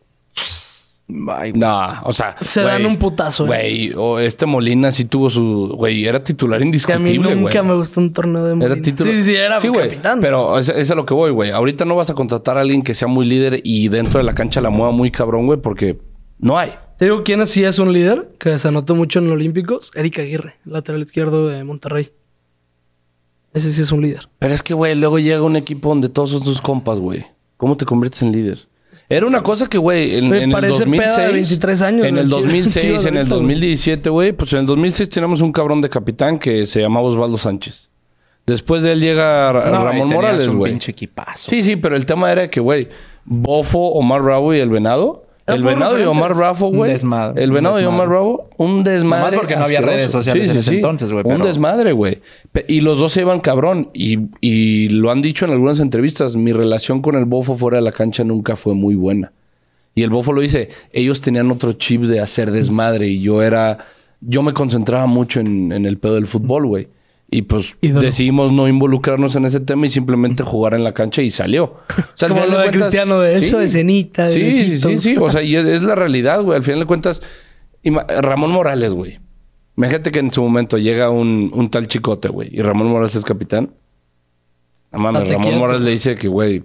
No, o sea...
Se
güey,
dan un putazo, eh.
Güey, o este Molina sí tuvo su... Güey, era titular
Que a mí
indiscutible, güey.
nunca me gustó un torneo de Molina.
Era título.
Sí, sí, era
Sí, güey.
capitán.
Pero es, es a lo que voy, güey. Ahorita no vas a contratar a alguien que sea muy líder y dentro de la cancha la mueva muy cabrón, güey, porque no hay.
Te digo, ¿quién sí es un líder? Que se anotó mucho en los Olímpicos. Eric Aguirre, lateral izquierdo de Monterrey. Ese sí es un líder.
Pero es que, güey, luego llega un equipo donde todos son tus compas, güey. ¿Cómo te conviertes en líder? Era una cosa que, güey, en,
Güey,
en el
parece
2006...
peda de 23 años,
En
güey,
el
Chivas-
2006,
Chivas
en el
ahorita, güey.
2017, güey. Pues en el 2006 teníamos un cabrón de capitán que se llamaba Osvaldo Sánchez. Después de él llega Ra- Ramón Morales,
un
güey.
pinche equipazo.
Sí, sí, pero el tema era que, güey, Bofo, Omar Bravo y el Venado.
Eran
El
puros
Venado y
referentes.
Omar Bravo, güey.
Un desmadre,
El
un
Venado y
desmadre.
Omar Bravo, un desmadre.
Nomás porque no había redes sociales en ese entonces, güey,
Un
pero-
desmadre, güey. Pe- Y los dos se iban cabrón. Y, y lo han dicho en algunas entrevistas. Mi relación con el Bofo fuera de la cancha nunca fue muy buena. Y el Bofo lo dice, ellos tenían otro chip de hacer desmadre y yo era, yo me concentraba mucho en, en el pedo del fútbol, güey. Y pues
Ídolo.
decidimos no involucrarnos en ese tema y simplemente jugar en la cancha y salió. O sea, al
Como
final
lo de Cristiano, de eso, de cenita, de
Sí, sí, sí,
besitos.
sí. O sea, y es, es la realidad, güey. Al final de cuentas, ima- Ramón Morales, güey. Imagínate que en su momento llega un, un tal chicote, güey, y Ramón Morales es capitán. No mames,
Estate
Ramón
quieto.
Morales le dice que, güey,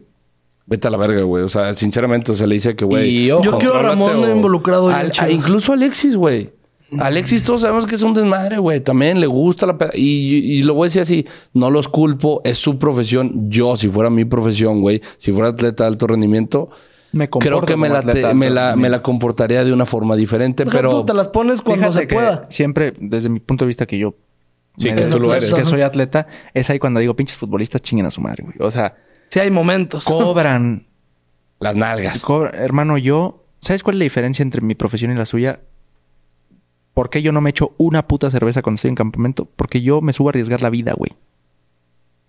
vete a la verga, güey. O sea, sinceramente, o sea, le dice que, güey.
Y ojo,
Yo quiero a
contrólate
Ramón involucrado ya,
Al- a-
Chivas. Mm.
incluso Alexis, güey. Alexis, todos sabemos que es un desmadre, güey. También le gusta la. pe- Y, y lo voy a decir así: no los culpo, es su profesión. Yo, si fuera mi profesión, güey, si fuera atleta de alto rendimiento,
Me comporto
creo que me
como
la, te-
atleta de
me,
alto
la, me
rendimiento.
la comportaría de una forma diferente,
Deja
pero.
tú, te las pones cuando
Fíjate
se
que
pueda.
Siempre, desde mi punto de vista que yo...
Sí,
me
que
tú lo
que
eres.
Que soy atleta. Es ahí cuando digo, pinches futbolistas chinguen a su madre, güey. O sea,
Sí hay momentos.
cobran...
Las nalgas.
cobra- Hermano, yo... ¿Sabes cuál es la diferencia entre mi profesión y la suya? ¿Por qué yo no me echo una puta cerveza cuando estoy en campamento? Porque yo me subo a arriesgar la vida, güey.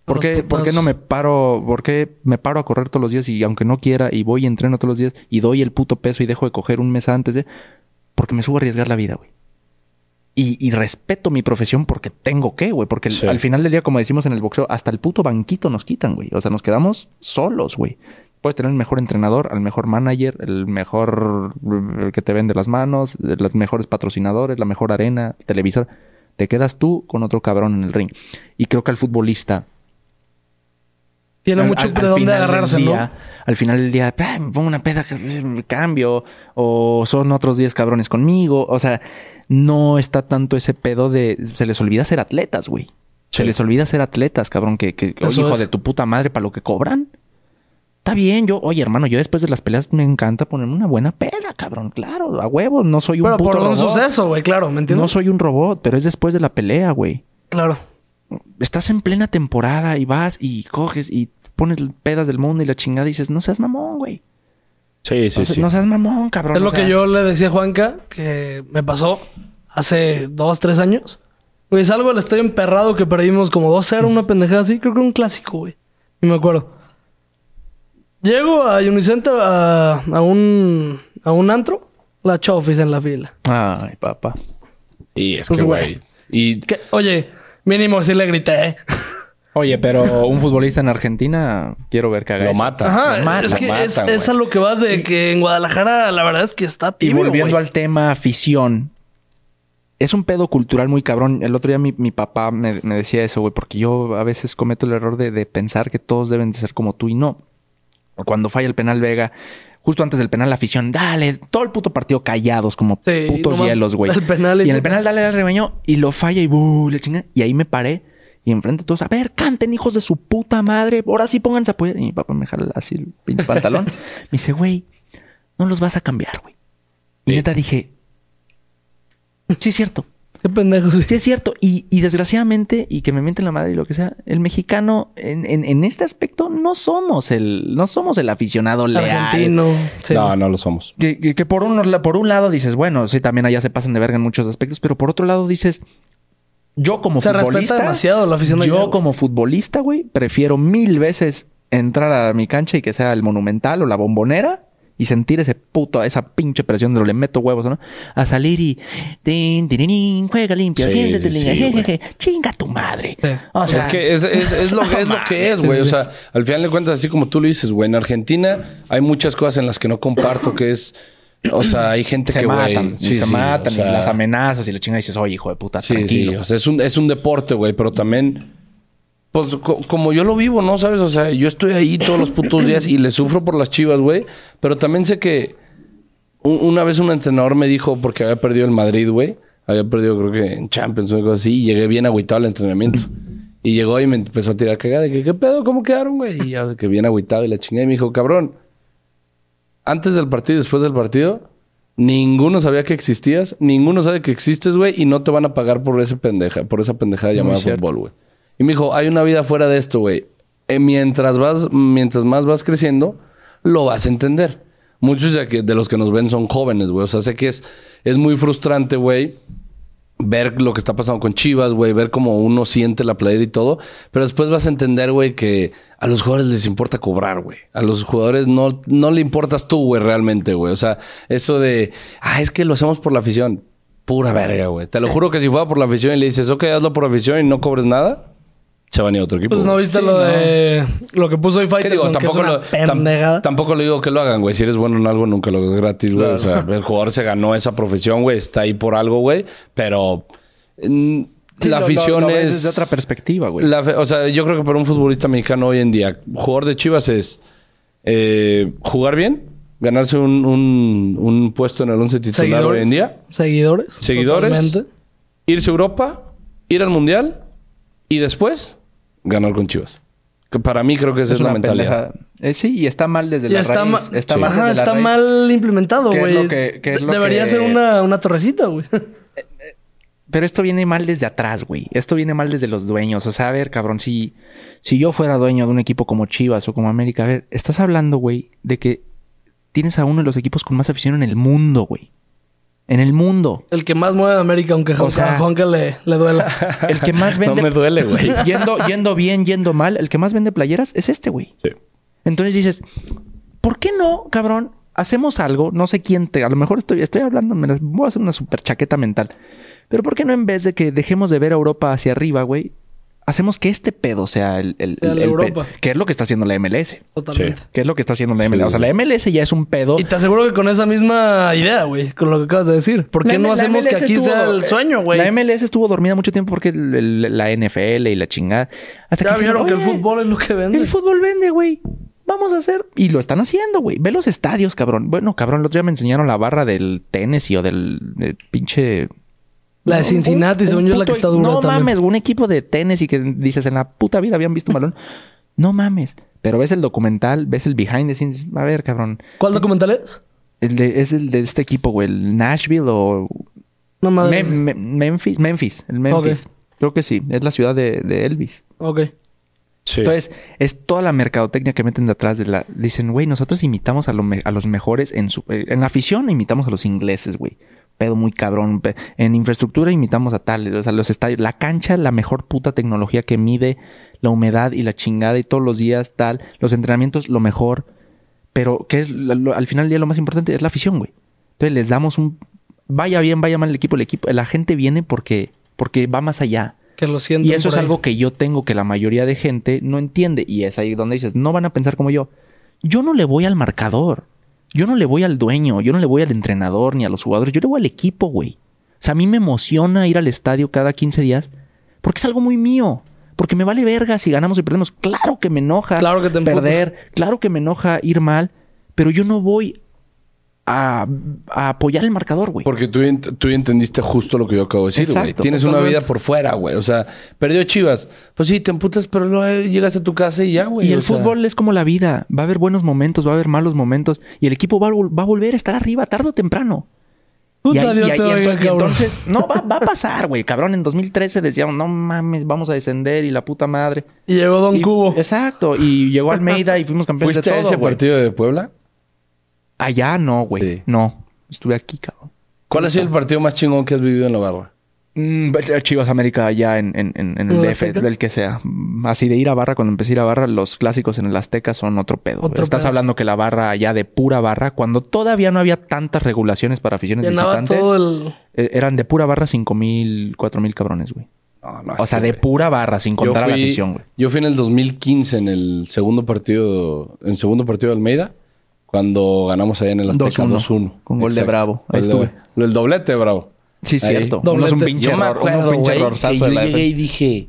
¿Por
Los
qué,
putas.
por qué no me paro? ¿Por qué me paro a correr todos los días y aunque no quiera y voy y entreno todos los días y doy el puto peso y dejo de coger un mes antes de... Porque me subo a arriesgar la vida, güey. Y, y respeto mi profesión porque tengo que, güey. Porque el-
Sí.
al final del día, como decimos en el boxeo, hasta el puto banquito nos quitan, güey. O sea, nos quedamos solos, güey. Puedes tener el mejor entrenador, al mejor manager, el mejor eh, que te vende las manos, eh, los mejores patrocinadores, la mejor arena, televisor. Te quedas tú con otro cabrón en el ring. Y creo que al futbolista
Tiene
al-
mucho
al-
de
al
dónde
final del
agarrarse,
día-
¿no?
Al final del día, "Ah, me pongo una peda, me cambio, o son otros 10 cabrones conmigo. O sea, no está tanto ese pedo de. Se les olvida ser atletas, güey. Se
Sí.
les olvida ser atletas, cabrón, que, que oye,
Eso
hijo
es.
de tu puta madre, para lo que cobran. Está bien, yo, oye, hermano, yo después de las peleas me encanta ponerme una buena peda, cabrón, claro, a huevo, no soy un
Pero
puto
por un
robot.
suceso, güey, claro, ¿me entiendes?
No soy un robot, pero es después de la pelea, güey
Claro.
estás en plena temporada y vas y coges y pones pedas del mundo y la chingada y dices, no seas mamón, güey.
Sí,
No, se- no seas mamón, cabrón.
Es
o
lo que
sea,
yo le decía a Juanca, que me pasó hace dos, tres años. Güey, salgo al estadio emperrado que perdimos como 2-0, una pendejada así. Creo que era un clásico, güey. Ni me acuerdo. Llego a Unicenter a, a un, a un antro. La chofis en la fila.
Ay, papá.
Y es
Pues,
que,
güey.
güey. Y
Que, oye, mínimo sí le grité, ¿eh?
Oye, pero un futbolista en Argentina, quiero ver que haga
lo
eso.
mata.
Ajá,
Lo mata,
es que
lo
es,
matan,
es a
güey.
lo que vas de que en Guadalajara la verdad es que está
Y
tibio,
volviendo
güey.
al tema afición, es un pedo cultural muy cabrón. El otro día mi, mi papá me, me decía eso, güey, porque yo a veces cometo el error de, de pensar que todos deben de ser como tú y no. Cuando falla el penal Vega, justo antes del penal, la afición, dale, todo el puto partido callados, como
Sí,
putos
nomás
hielos, güey.
el penal y
y en el
puta.
penal, dale al rebaño y lo falla y buh, le chinga. Y ahí me paré y enfrente de todos, a ver, canten, hijos de su puta madre, ahora sí pónganse a apoyar. Y mi papá me jala así el pinche pantalón. me dice, güey, no los vas a cambiar, güey. Y
Sí.
neta dije, sí es cierto.
Qué pendejo, sí.
Sí, es cierto. Y, y desgraciadamente, y que me mienten la madre y lo que sea, el mexicano en, en- en este aspecto no somos el, no somos el aficionado leal.
Argentino. sí.
No, no lo somos.
Que, que- que por, un, por un lado dices, bueno, sí, también allá se pasan de verga en muchos aspectos, pero por otro lado dices, yo como
Se respeta
futbolista.
demasiado la afición de allá,
Yo
güey.
como futbolista, güey, prefiero mil veces entrar a mi cancha y que sea el Monumental o la Bombonera y sentir ese puto, esa pinche presión de lo le meto huevos, ¿no? A salir y. Tin, tirirín, juega limpia,
Sí,
siéntete
sí,
limpia,
sí,
je, je,
güey.
je, chinga tu madre.
Sí.
O sea,
es que es, es- es lo, es lo que es, güey. O sea, al final de cuentas, así como tú lo dices, güey, en Argentina hay muchas cosas en las que no comparto, que es. O sea, hay gente
se
que, güey,
matan, y
sí,
se
sí,
matan,
o sea,
y las amenazas y la chinga y dices, oye, hijo de puta,
Sí,
tranquilo.
sí. O sea, es un, es un deporte, güey, pero también. Pues co- como yo lo vivo, ¿no? ¿Sabes? O sea, yo estoy ahí todos los putos días y le sufro por las chivas, güey. Pero también sé que un- una vez un entrenador me dijo, porque había perdido el Madrid, güey. Había perdido, creo que en Champions o algo así. Y llegué bien agüitado al entrenamiento. Y llegó y me empezó a tirar cagada. de que, ¿Qué pedo? ¿Cómo quedaron, güey? Y ya, de que bien agüitado y la chingada. Y me dijo, cabrón, antes del partido y después del partido, ninguno sabía que existías, ninguno sabe que existes, güey, y no te van a pagar por ese pendeja, por esa pendejada llamada
cierto.
fútbol, güey. Y me dijo, hay una vida fuera de esto, güey. Eh, mientras vas, mientras más vas creciendo, lo vas a entender. Muchos de, que- de los que nos ven son jóvenes, güey. O sea, sé que es, es muy frustrante, güey ver lo que está pasando con Chivas, güey, ver cómo uno siente la playera y todo, pero después vas a entender, güey, que a los jugadores les importa cobrar, güey. A los jugadores no, no le importas tú, güey, realmente, güey. O sea, eso de, ah, es que lo hacemos por la afición. Pura verga, güey. Te lo juro que si fuera por la afición y le dices, ok, hazlo por afición y no cobres nada, se van a ir a otro equipo.
Pues no
güey.
viste lo de lo que puso hoy
¿Qué
Fighters,
digo?
que es
Tampoco,
una
lo, tam-
pendejada.
tampoco le digo que lo hagan, güey. Si eres bueno en algo, nunca lo hagas gratis, güey. O sea, el jugador se ganó esa profesión, güey. Está ahí por algo, güey. Pero mm,
Sí,
la
lo- lo-
afición
lo ves
es...
desde otra perspectiva, güey.
La fe- o sea, yo creo que para un futbolista mexicano hoy en día, jugador de Chivas es eh, jugar bien, ganarse un, un- un puesto en el 11 titular
seguidores.
hoy en día,
Seguidores.
seguidores,
totalmente.
irse a Europa, ir al Mundial y después ganar con Chivas. Que para mí creo que esa es, la
una
mentalidad.
pendejada. Eh, sí, y está mal desde
Y
la
está,
raíz.
ma-
Está
Sí.
mal
Ajá,
desde la
está
raíz.
mal implementado,
¿Qué es
güey.
lo que- qué es
De-
lo
Debería
que-
ser una, una torrecita, güey.
Pero esto viene mal desde atrás, güey. Esto viene mal desde los dueños. O sea, a ver, cabrón, si, si yo fuera dueño de un equipo como Chivas o como América, a ver, estás hablando, güey, de que tienes a uno de los equipos con más afición en el mundo, güey. En el mundo.
El que más mueve a América, aunque
O
a
sea-
Juanca le, le duela.
El que más
No
vende.
me duele, güey.
Yendo, yendo bien, yendo mal, el que más vende playeras es este, güey.
Sí.
Entonces dices, ¿por qué no, cabrón? Hacemos algo, no sé quién te, a lo mejor estoy, estoy hablando, me las- voy a hacer una super chaqueta mental. Pero ¿por qué no en vez de que dejemos de ver a Europa hacia arriba, güey? Hacemos que este pedo sea el... el,
Sea
el-
la
el
Europa.
pe- que es lo que está haciendo la MLS.
Totalmente.
Sí.
Que es lo que está haciendo la MLS.
sí,
O sea,
sí.
la MLS ya es un pedo.
Y te aseguro que con esa misma idea, güey, con lo que acabas de decir. ¿Por qué
La-
no
la
hacemos que
MLS
aquí
estuvo-
sea el sueño, güey?
La MLS estuvo dormida mucho tiempo porque el- el- la NFL y la chingada. Hasta
Ya
que dijeron,
vieron que el
"Oye,
fútbol es lo que vende.
El fútbol vende, güey. Vamos a hacer. Y lo están haciendo, güey. Ve los estadios, cabrón. Bueno, cabrón, el otro día me enseñaron la barra del Tennessee o del de pinche.
La de Cincinnati,
Un-
según
un
yo, es la que
puto-
está dura
No
también.
mames, un equipo de Tennessee que dices en la puta vida habían visto un balón. No mames. Pero ves el documental, ves el behind the scenes. A ver, cabrón.
¿Cuál documental es?
El de, es el de este equipo, güey. El Nashville o.
No madre.
Mem- Mem- Memphis. Memphis. El Memphis. Creo que sí. Es la ciudad de- de Elvis.
Ok.
Sí.
Entonces, es toda la mercadotecnia que meten de atrás de la... Dicen, güey, nosotros imitamos a, lo me- a los mejores en su... eh, En la afición imitamos a los ingleses, güey. Pedo muy cabrón. pe- En infraestructura imitamos a tal, o sea, los estadios. La cancha, la mejor puta tecnología que mide la humedad y la chingada y todos los días tal. Los entrenamientos, lo mejor. Pero que es la- lo- al final del día lo más importante es la afición, güey. Entonces les damos un... Vaya bien, vaya mal el equipo, el equipo. La gente viene porque, porque va más allá.
Que lo siento.
Y eso es algo que yo tengo que la mayoría de gente no entiende. Y es ahí donde dices, no van a pensar como yo. Yo no le voy al marcador. Yo no le voy al dueño. Yo no le voy al entrenador ni a los jugadores. Yo le voy al equipo, güey. O sea, a mí me emociona ir al estadio cada 15 días porque es algo muy mío. Porque me vale verga si ganamos y perdemos. Claro que me enoja
Claro que te emputas.
perder. Claro que me enoja ir mal. Pero yo no voy a, a apoyar el marcador, güey.
Porque tú, ent- tú entendiste justo lo que yo acabo de decir, güey.
Exacto,
Tienes una
totalmente.
vida por fuera, güey. O sea, perdió Chivas. Pues sí, te emputas, pero luego eh, llegas a tu casa y ya, güey.
Y el
o sea.
fútbol es como la vida. Va a haber buenos momentos, va a haber malos momentos. Y el equipo va a, vol- va a volver a estar arriba tarde o temprano. Y
Puta
ahí-
Dios
y ahí-
te
y
oiga,
ento- y
cabrón.
entonces, no, va, va a pasar, güey. Cabrón, en 2013 decíamos, no mames, vamos a descender y la puta madre.
Y llegó Don
Y-
Cubo.
Exacto. Y llegó Almeida y fuimos campeones
¿Fuiste
de
a
todo,
ese
güey.
partido de Puebla?
Allá no, güey.
Sí.
No. Estuve aquí, cabrón.
¿Cuál ha sido el partido más chingón que has vivido en la barra?
Mm, vete a Chivas América allá en, en- en- en el
¿En el
DF,
Azteca?
el que sea. Mm, Así de ir a barra, cuando empecé a ir a barra, los clásicos en el Azteca son otro pedo. güey.
Otro
Estás
pedo.
hablando que la barra allá de pura barra, cuando todavía no había tantas regulaciones para aficiones
Llenaba
visitantes,
todo el.
eh, eran de pura barra cinco mil, cuatro mil cabrones, güey.
No, no,
O
es
sea,
que,
de
güey.
pura barra, sin
Yo
contar a la
fui-
afición, güey.
Yo fui en el 2015 en el segundo partido, en segundo partido de Almeida, cuando ganamos allá en el Azteca
2-1,
2-1.
con gol de Bravo. Ahí
Gol de-
estuve.
Lo del doblete, Bravo.
Sí,
Ahí.
cierto.
Doblete.
Uno es un pinche
Yo me
error, uno
acuerdo,
un pinche
güey, que
errorzazo
yo
de la
llegué y
defensa.
dije,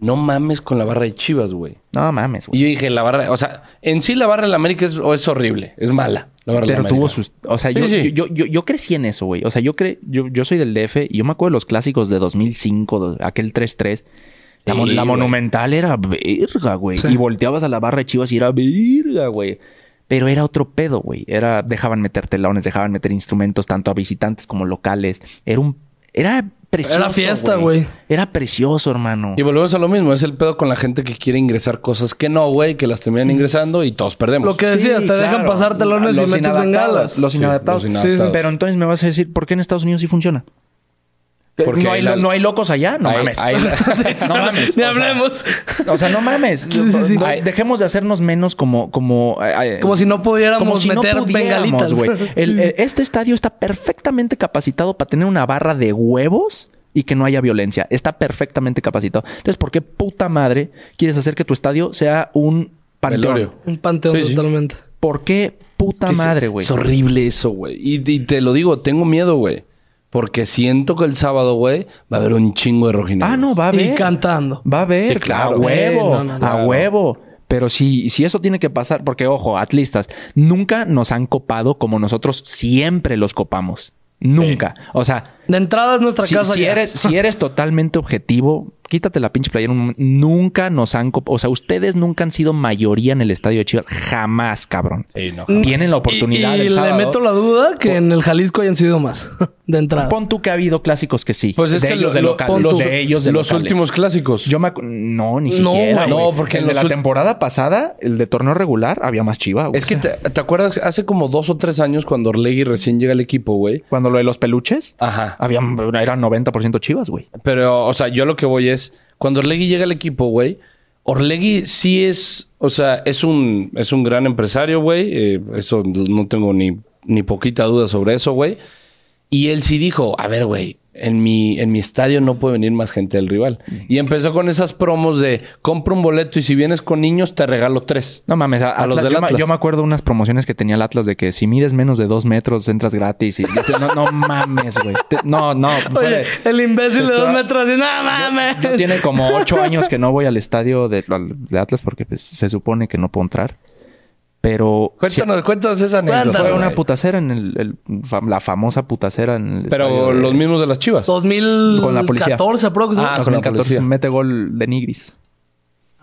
no mames con la barra de Chivas, güey.
No mames,
Y
güey.
yo dije, la barra, o sea, en sí la barra en la América es, o es horrible, es mala. La barra de la
Pero tuvo
América.
sus... O sea,
Sí,
yo,
sí.
Yo, yo, yo crecí en eso, güey. O sea, yo, cre, yo, yo soy del DF y yo me acuerdo de los clásicos de 2005, de aquel 3-3. La, mon-
Sí,
la
güey.
monumental era verga, güey.
Sí.
Y volteabas a la barra de Chivas y era verga, güey. Pero era otro pedo, güey. Era, dejaban meter telones, dejaban meter instrumentos tanto a visitantes como locales. Era un... Era precioso,
Era fiesta, güey.
Era precioso, hermano.
Y volvemos a lo mismo, es el pedo con la gente que quiere ingresar cosas que no, güey, que las terminan ingresando y todos perdemos.
Lo que decías, te
claro.
dejan pasar telones y
Los
metes
inadaptados,
bengalas.
Los
Sí,
inadaptados.
los inadaptados.
Sí, sí. Pero entonces me vas a decir, ¿por qué en Estados Unidos sí funciona?
Porque
no, hay,
ahí la-
lo- no hay locos allá, no
Ahí-
mames.
ahí la-
no mames.
Ni
o sea,
hablemos.
O sea, no mames.
Sí, sí, sí.
No,
Ay.
dejemos de hacernos menos como... Como, eh, eh,
Como si no pudiéramos
como si no
meter
pudiéramos,
bengalitas.
güey. El-
Sí.
eh, Este estadio está perfectamente capacitado para tener una barra de huevos y que no haya violencia. Está perfectamente capacitado. Entonces, ¿por qué puta madre quieres hacer que tu estadio sea un panteón?
Velorio.
Un panteón
Sí, sí.
totalmente.
¿Por qué puta
Es-
madre, güey?
Es horrible eso, güey. Y, y te lo digo, tengo miedo, güey. Porque siento que el sábado, güey, va a haber un chingo de rojinegros.
Ah, no, va a haber.
Y cantando.
Va a haber.
Sí, claro.
A huevo.
Eh, no, no,
a
claro.
huevo. Pero si, si eso tiene que pasar, porque ojo, atlistas, nunca nos han copado como nosotros siempre los copamos. Nunca. O sea,
De entrada es nuestra
si,
casa.
si
ya.
eres, si eres totalmente objetivo, quítate la pinche playera. un momento. Nunca nos han copado. O sea, ustedes nunca han sido mayoría en el estadio de Chivas. Jamás, cabrón.
Sí, no.
Mm,
Tienen la oportunidad
Y, y
el
le
sábado.
meto la duda que en el Jalisco hayan sido más. De entrada.
Pon tú que ha habido clásicos que sí.
Pues es
de
que
ellos
lo-
de
lo-
locales,
los,
de ellos de
los
locales.
últimos clásicos.
Yo me acu- no, ni
No,
siquiera.
güey.
güey.
No, porque
el
en
de
los
la
ul-
temporada pasada, el de torneo regular, había más chiva. güey.
es que, te, te acuerdas? Hace como dos o tres años cuando Orlegui recién llega al equipo, güey.
cuando lo de los peluches,
Ajá.
había, era 90% chivas, güey.
Pero, o sea, yo lo que voy es... Cuando Orlegui llega al equipo, güey... Orlegui sí es... O sea, es un, es un gran empresario, güey. eh, eso no tengo ni, ni poquita duda sobre eso, güey. Y él sí dijo, a ver, güey, en mi, en mi estadio no puede venir más gente del rival. Y empezó con esas promos de compra un boleto y si vienes con niños te regalo tres.
No mames, a,
A los
los
del
yo, me-
Atlas.
yo me acuerdo unas promociones que tenía el Atlas de que si mides menos de dos metros entras gratis. Y, no, no mames, güey. Te- No, no.
Oye,
güey.
el imbécil de
Esto-
dos metros dice, no mames.
Yo tiene como ocho años que no voy al estadio de, de Atlas porque pues, se supone que no puedo entrar. Pero
Cuéntanos, cuéntanos esa anécdota.
Cuéntanos.
Fue una
güey.
putacera en el, el fam- la famosa putacera en el
Pero
estadio de-
los mismos de las chivas.
2014
Con la policía.
aprox, ¿no?
Ah,
Ah,
con la
2014
policía.
mete gol de Nigris.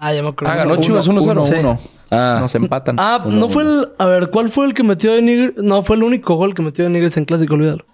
ya me acuerdo.
Ah, ganó
Uno,
Chivas
uno,
1-0.
uno,
Uno, uno.
sí.
Ah.
Nos empatan.
Ah, no fue el. A ver, ¿cuál fue el que metió de Nigris? No, fue el único gol que metió de Nigris en clásico, olvídalo.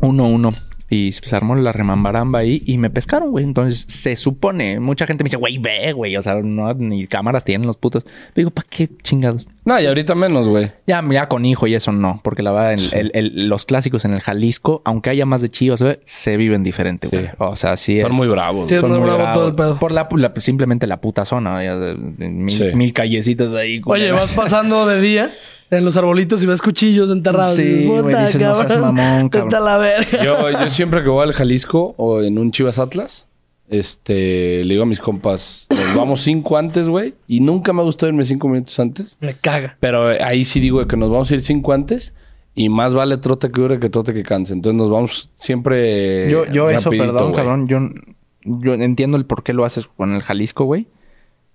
1-1. Y se armó la remambaramba ahí y me pescaron, güey. Entonces se supone, mucha gente me dice, güey, ve, güey. O sea, no, ni cámaras tienen los putos. Digo, ¿para qué chingados?
No, y ahorita menos, güey.
Ya, ya con hijo y eso no, porque la verdad, el- el- el- los clásicos en el Jalisco, aunque haya más de chivas, güey, se viven diferente, güey.
Sí.
O sea, sí
Son
es.
muy bravos.
Sí, es
son
muy
muy
bravo
bravos.
todo el pedo.
Por la, la- simplemente la puta zona. ya, de- de mil,
Sí.
mil callecitas ahí.
Oye, vas pasando de día en los arbolitos y ves cuchillos enterrados.
Sí,
Y
güey,
"Puta,
dices, no seas mamón, cabrón".
vete a la verga.
Yo, yo siempre que voy al Jalisco o en un Chivas Atlas, este, le digo a mis compas, nos vamos cinco antes, güey. Y nunca me ha gustado irme cinco minutos antes.
Me caga.
Pero ahí sí digo que nos vamos a ir cinco antes. Y más vale trote que dure que trote que canse. Entonces nos vamos siempre.
Yo, yo eso,
Eh, rapidito,
perdón,
güey.
cabrón. Yo, yo entiendo el por qué lo haces con el Jalisco, güey.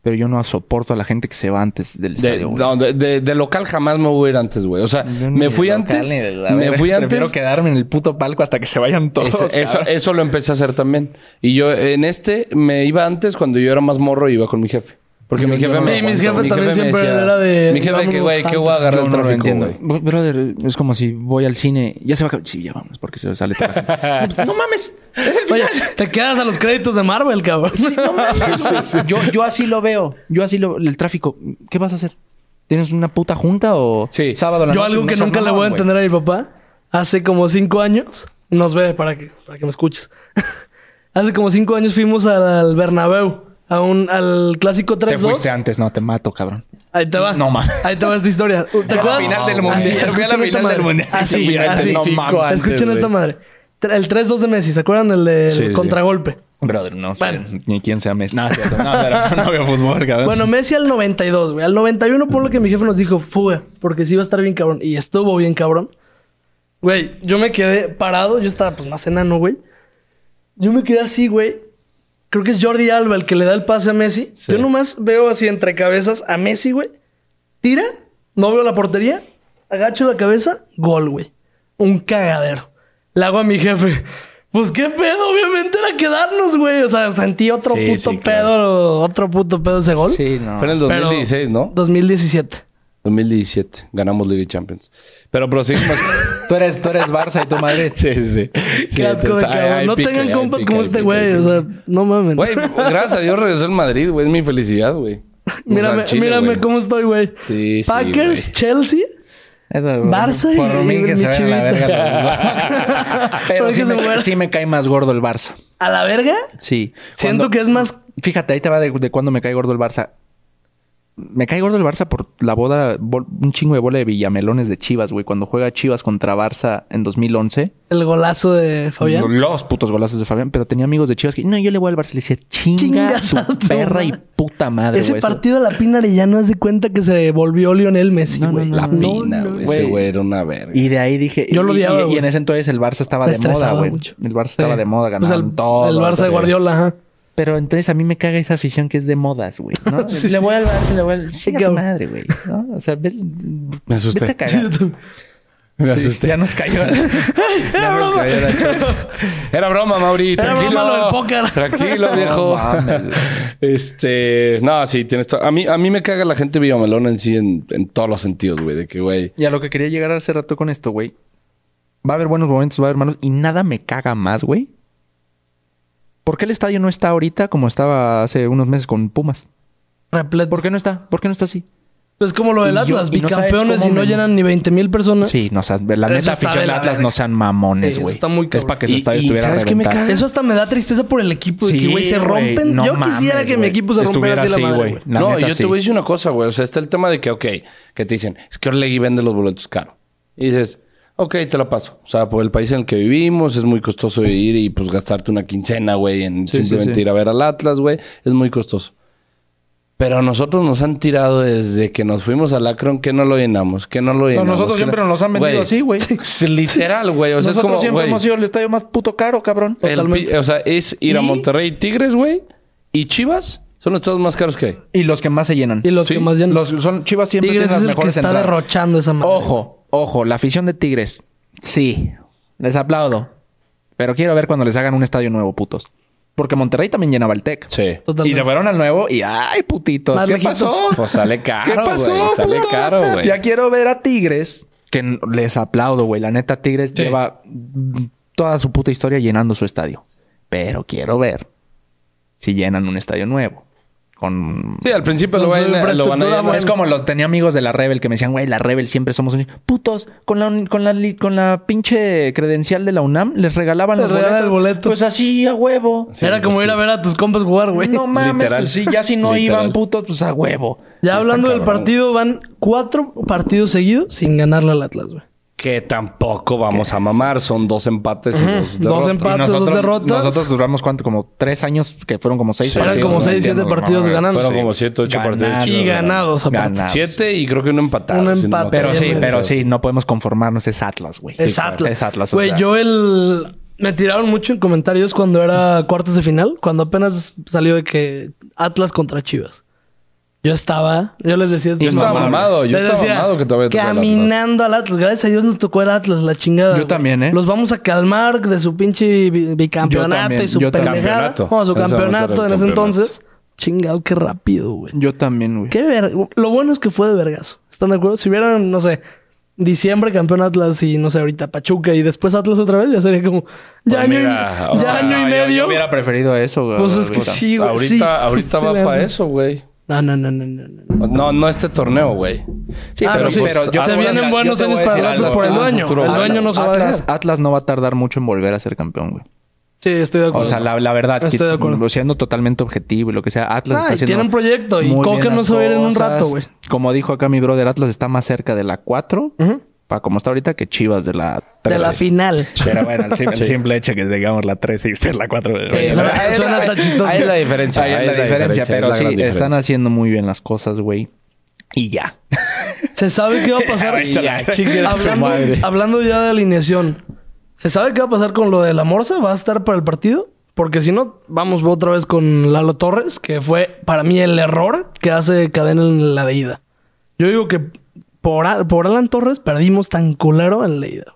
Pero yo no soporto a la gente que se va antes del
De,
estadio, güey.
no, de- de- de local jamás me voy a ir antes, güey. O sea,
Yo ni
me
de
fui
local
antes.
ni de la
Me
verga.
fui
Prefiero
antes.
quedarme en el puto palco hasta que se vayan todos.
Eso, eso,
cabrón.
eso lo empecé a hacer también. Y yo en este me iba antes cuando yo era más morro y iba con mi jefe. Porque mi jefe
no lo
me.
Sí, mis
aguantaba.
jefes
Mi
también
me
siempre era de,
Mi jefe, que
"Vámonos
güey, ¿qué voy a
antes".
agarrar
Yo
el
no lo
tráfico,
entiendo.
güey?
Bro- Brother, es como si voy al cine. Ya se va a acabar. Sí, ya vamos, porque se sale toda la gente. No, pues, No mames, es el
Oye,
final.
te quedas a los créditos de Marvel, cabrón.
No mames, Yo, yo así lo veo. Yo así lo El tráfico. ¿Qué vas a hacer? ¿Tienes una puta junta o
Sí.
sábado a la
Yo
noche?
algo
No
que
seas
nunca le
mamón,
voy a
güey.
entender a mi papá, hace como cinco años, nos ve para que, para que me escuches. hace como cinco años fuimos al Bernabéu, a un, al clásico 3-2.
Te fuiste antes, no, te mato, cabrón.
Ahí te va.
No, ma.
Ahí te va esta historia. ¿Te
a la
acuerdas?
final del
Así,
mundial. Fui a la
escuchen
final
esta
del
madre. Ah,
mundial.
Así,
Fui a
así.
No
cinco
mames.
antes,
Escuchen
güey.
esta madre. Tra- El 3-2 de Messi, ¿se acuerdan? El del
Sí, sí.
contragolpe.
Brother, no sé
Bueno.
ni quién sea Messi. No, es cierto, no, pero no veo fútbol, cabrón.
Bueno, Messi al 92, güey. Al 91 por lo que mi jefe nos dijo, fuga, porque sí iba a estar bien cabrón. Y estuvo bien cabrón. Güey, yo me quedé parado. Yo estaba, pues, más enano, güey. Yo me quedé así, güey. Creo que es Jordi Alba el que le da el pase a Messi.
Sí.
Yo nomás veo así entre cabezas a Messi, güey. Tira, no veo la portería, agacho la cabeza, gol, güey. Un cagadero. Le hago a mi jefe. Pues qué pedo, obviamente era quedarnos, güey. O sea, sentí otro
Sí,
puto
sí,
pedo,
claro.
otro puto pedo ese gol.
Sí, no.
Fue en el
Pero-
2016, ¿no?
2017.
2017. Ganamos Liga y Champions. Pero proseguimos.
Tú eres, tú eres Barça y tu madre.
sí, sí, sí.
Qué asco
Sí,
de
entonces, ay,
cabrón.
ay,
no
pica,
tengan
ay,
compas
pica,
como
ay,
este
pica,
güey.
ay,
O
pica.
sea, no mames.
Güey, gracias a Dios regresó el Madrid, güey. Es mi felicidad, güey. O
pues,
sea,
mírame
Chile,
mírame
güey.
cómo estoy, güey.
Sí, sí,
Packers,
güey.
Chelsea. Barça y-
Por mí
y
que
mi
se vayan a la
chivita.
verga los dos.
Por
Pero
mí
sí
que se
me,
mueran.
sí me cae más gordo el Barça.
A la verga.
Sí.
Siento
Cuando-
que es más.
Fíjate, ahí te va de, de cuándo me cae gordo el Barça. Me cae gordo el Barça por la boda, bol- un chingo de bola de villamelones de Chivas, güey. Cuando juega Chivas contra Barça en 2011.
El golazo de Fabián.
Los putos golazos de Fabián. Pero tenía amigos de Chivas que, no, yo le voy al Barça. Le decía, chinga,
Chinga
su
a tu
perra
madre".
y puta madre,
Ese
güey. Eso-
partido de la Pina Arellano hace cuenta que se volvió Lionel Messi,
No, no,
güey.
no,
La
no,
pina,
no.
güey. Ese
Güey.
güey era una verga.
Y de ahí dije...
Yo lo
y- y-
odiaba,
y,
güey.
en ese entonces el Barça estaba
Me
de moda,
estresaba
güey.
mucho.
El Barça estaba
Sí.
de moda,
Pues el,
ganaban todos.
el Barça de
sí.
Guardiola, ajá.
Pero entonces a mí me caga esa afición que es de modas, güey. ¿no?
Sí,
le
sí, sí.
voy al Barça, le voy al... Chinga tu
cabrón.
madre, güey. ¿no? O sea, ve-
Me asusté.
Vete a cagar.
Me
Sí, Ya nos cayó.
Era broma.
Era broma. Era broma, Mauri.
Era
tranquilo.
broma lo del póker.
Tranquilo,
No
viejo.
mames, güey.
este, no, sí, tienes to- a mí A mí me caga la gente villamelona en sí en, en todos los sentidos, güey. De que, güey.
y a lo que quería llegar hace rato con esto, güey. Va a haber buenos momentos, va a haber malos. Y nada me caga más, güey. ¿Por qué el estadio no está ahorita como estaba hace unos meses con Pumas?
Repleto.
¿Por qué no está? ¿por qué no está así?
Es como lo del
Y yo-
Atlas,
y no sabes
bicampeones y
cómo
no
me-
llenan ni 20 mil personas.
Sí, no seas, la
Eso
neta
está
afición
de
del
la
Atlas
verga.
no sean
Sí,
mamones,
eso
güey.
está muy
es
cabrón.
para que su
Y-
estadio
y
estuviera
¿sabes qué me
reventado.
caga?
Eso hasta me da tristeza por el equipo. de que, güey, se
güey,
rompen.
no
Yo quisiera
mames,
que mi
güey.
equipo se rompiera
Estuviera
así, la
así,
madre,
güey.
güey.
La
no,
neta,
yo
sí.
te voy a decir una cosa, güey. O sea, está el tema de que, ok, que te dicen, es que Orlegui vende los boletos caro. Y dices, ok, te la paso. O sea, por el país en el que vivimos, es muy costoso ir y pues gastarte una quincena, güey, en
Sí, sí,
simplemente
sí.
ir a ver al Atlas, güey. Es muy costoso. Pero a nosotros nos han tirado desde que nos fuimos al Akron que no lo llenamos, que no lo llenamos.
nosotros
que
siempre
no-
nos han vendido
Güey,
así, güey.
es Literal, güey. O sea, es
Nosotros
como,
siempre
güey,
hemos sido el estadio más puto caro, cabrón.
el pi-
Totalmente.
O sea, es ir a
Y-
Monterrey Tigres, güey, y Chivas son los estados más caros que hay.
Y los que más se llenan.
Y los que más llenan.
Los, son, Chivas siempre
Tigres es
tiene las
el que
mejores
está
entradas.
derrochando esa madre.
Ojo, ojo, la afición de Tigres. Sí, les aplaudo. Pero quiero ver cuando les hagan un estadio nuevo, putos. Porque Monterrey también llenaba el TEC.
Sí.
Y
Totalmente.
se fueron al nuevo y ¡ay, putitos!
Más
¿Qué
lejitos.
pasó?
Pues sale caro,
¿Qué pasó,
güey. Sale
putos?
caro, güey.
Ya quiero ver a Tigres. Que n- les aplaudo, güey. La neta, Tigres lleva mm, toda su puta historia llenando su estadio. Pero quiero ver si llenan un estadio nuevo. Con...
Sí, al principio lo,
Con su
van a- lo van a
infraestructura,
llenar.
güey.
Es como los tenía amigos de la Rebel que me decían, güey, la Rebel siempre somos un... Putos, con la, un- con la, li- con la pinche credencial de la UNAM les regalaban
Les
los
regalan
boletos.
el boleto.
Pues así, a huevo.
Sí,
Era como
pues
ir a
sí.
ver a tus compas jugar, güey.
No mames,
Literal.
pues sí, ya si no
Literal.
iban putos, pues a huevo.
Ya hablando del
cabrón.
partido, van cuatro partidos seguidos sin ganarle al Atlas, güey.
Que tampoco vamos a mamar. Son dos empates y dos
Dos
derrotas.
empates. Patos, dos derrotas.
Nosotros duramos cuánto, como tres años, que fueron como seis
Sí,
Eran
partidos,
como
no
seis,
Entiendo,
siete
no,
partidos
no,
ganando.
Fueron como siete, ocho
Ganados.
partidos.
Y ganados, aparte.
Ganados.
Siete y creo que un empatado.
Un
si no me
empate.
acuerdo.
Pero sí,
Bien,
pero sí, no podemos conformarnos, es Atlas, güey.
Es
claro.
Atlas.
Es Atlas, o
Güey,
sea.
yo el... Me tiraron mucho en comentarios cuando era cuartos de final, cuando apenas salió de que Atlas contra Chivas. Yo estaba, yo les decía
Yo estaba
mamadas.
mamado, yo
Les
estaba
decía,
mamado que todavía tocaba el Atlas.
Caminando al Atlas. Gracias a Dios nos tocó el Atlas, la chingada.
Yo
güey.
también, ¿eh?
Los vamos a calmar de su pinche bi- bicampeonato
Yo también,
y su
yo también.
pendejada.
Campeonato.
Bueno, su
En ese momento era el
campeonato en ese
campeonato.
entonces. Chingado, qué rápido, güey.
Yo también, güey.
Qué ver... Lo bueno es que fue de vergazo. ¿Están de acuerdo? Si hubieran, no sé, diciembre campeón Atlas y no sé, ahorita Pachuca y después Atlas otra vez, ya sería como. Ya,
Pues
año,
mira,
y...
o
ya
sea,
año y
yo-
medio.
Yo hubiera preferido eso, güey.
Pues es que
ahorita.
sí, güey.
ahorita
sí.
ahorita
Sí,
va
le
para
ando.
eso, güey.
No, no, no, no, no. no.
No, no este torneo, güey.
Sí,
Ah,
pero,
pero sí,
pero yo
se
te voy a
vienen
decir-
buenos
yo te voy
años
a
para
decir
el
algo.
Atlas por el
Atlas
dueño.
este futuro.
El dueño no se va a
Atlas,
dejar.
Atlas no va a tardar mucho en volver a ser campeón, güey.
Sí, estoy de acuerdo.
O sea, la, la verdad,
Estoy
que-
de acuerdo.
siendo totalmente objetivo y lo que sea, Atlas
Ah, y
está haciendo
tiene un proyecto y
muy
Coca
bien
no
las
se va a ir en un
cosas.
rato, güey.
Como dijo acá mi brother, Atlas está más cerca de la 4,
Ujú.
para como está ahorita, que Chivas de la 13.
De la final.
Pero bueno, el, sim- el simple hecho que digamos la 13 y usted la 4.
Sí, suena- suena hasta chistoso.
Ahí es la diferencia.
Ahí es la diferencia, pero
es
sí,
la gran
están
diferencia.
haciendo muy bien las cosas, güey. Y ya.
Se sabe qué va a pasar.
Ahí se la- chinguen a su
hablando,
madre.
hablando ya de alineación. ¿Se sabe qué va a pasar con lo de la Morsa? ¿Va a estar para el partido? Porque si no, vamos otra vez con Lalo Torres, que fue para mí el error que hace cadena en la de ida. Yo digo que por, A- por Alan Torres perdimos tan culero en la ida.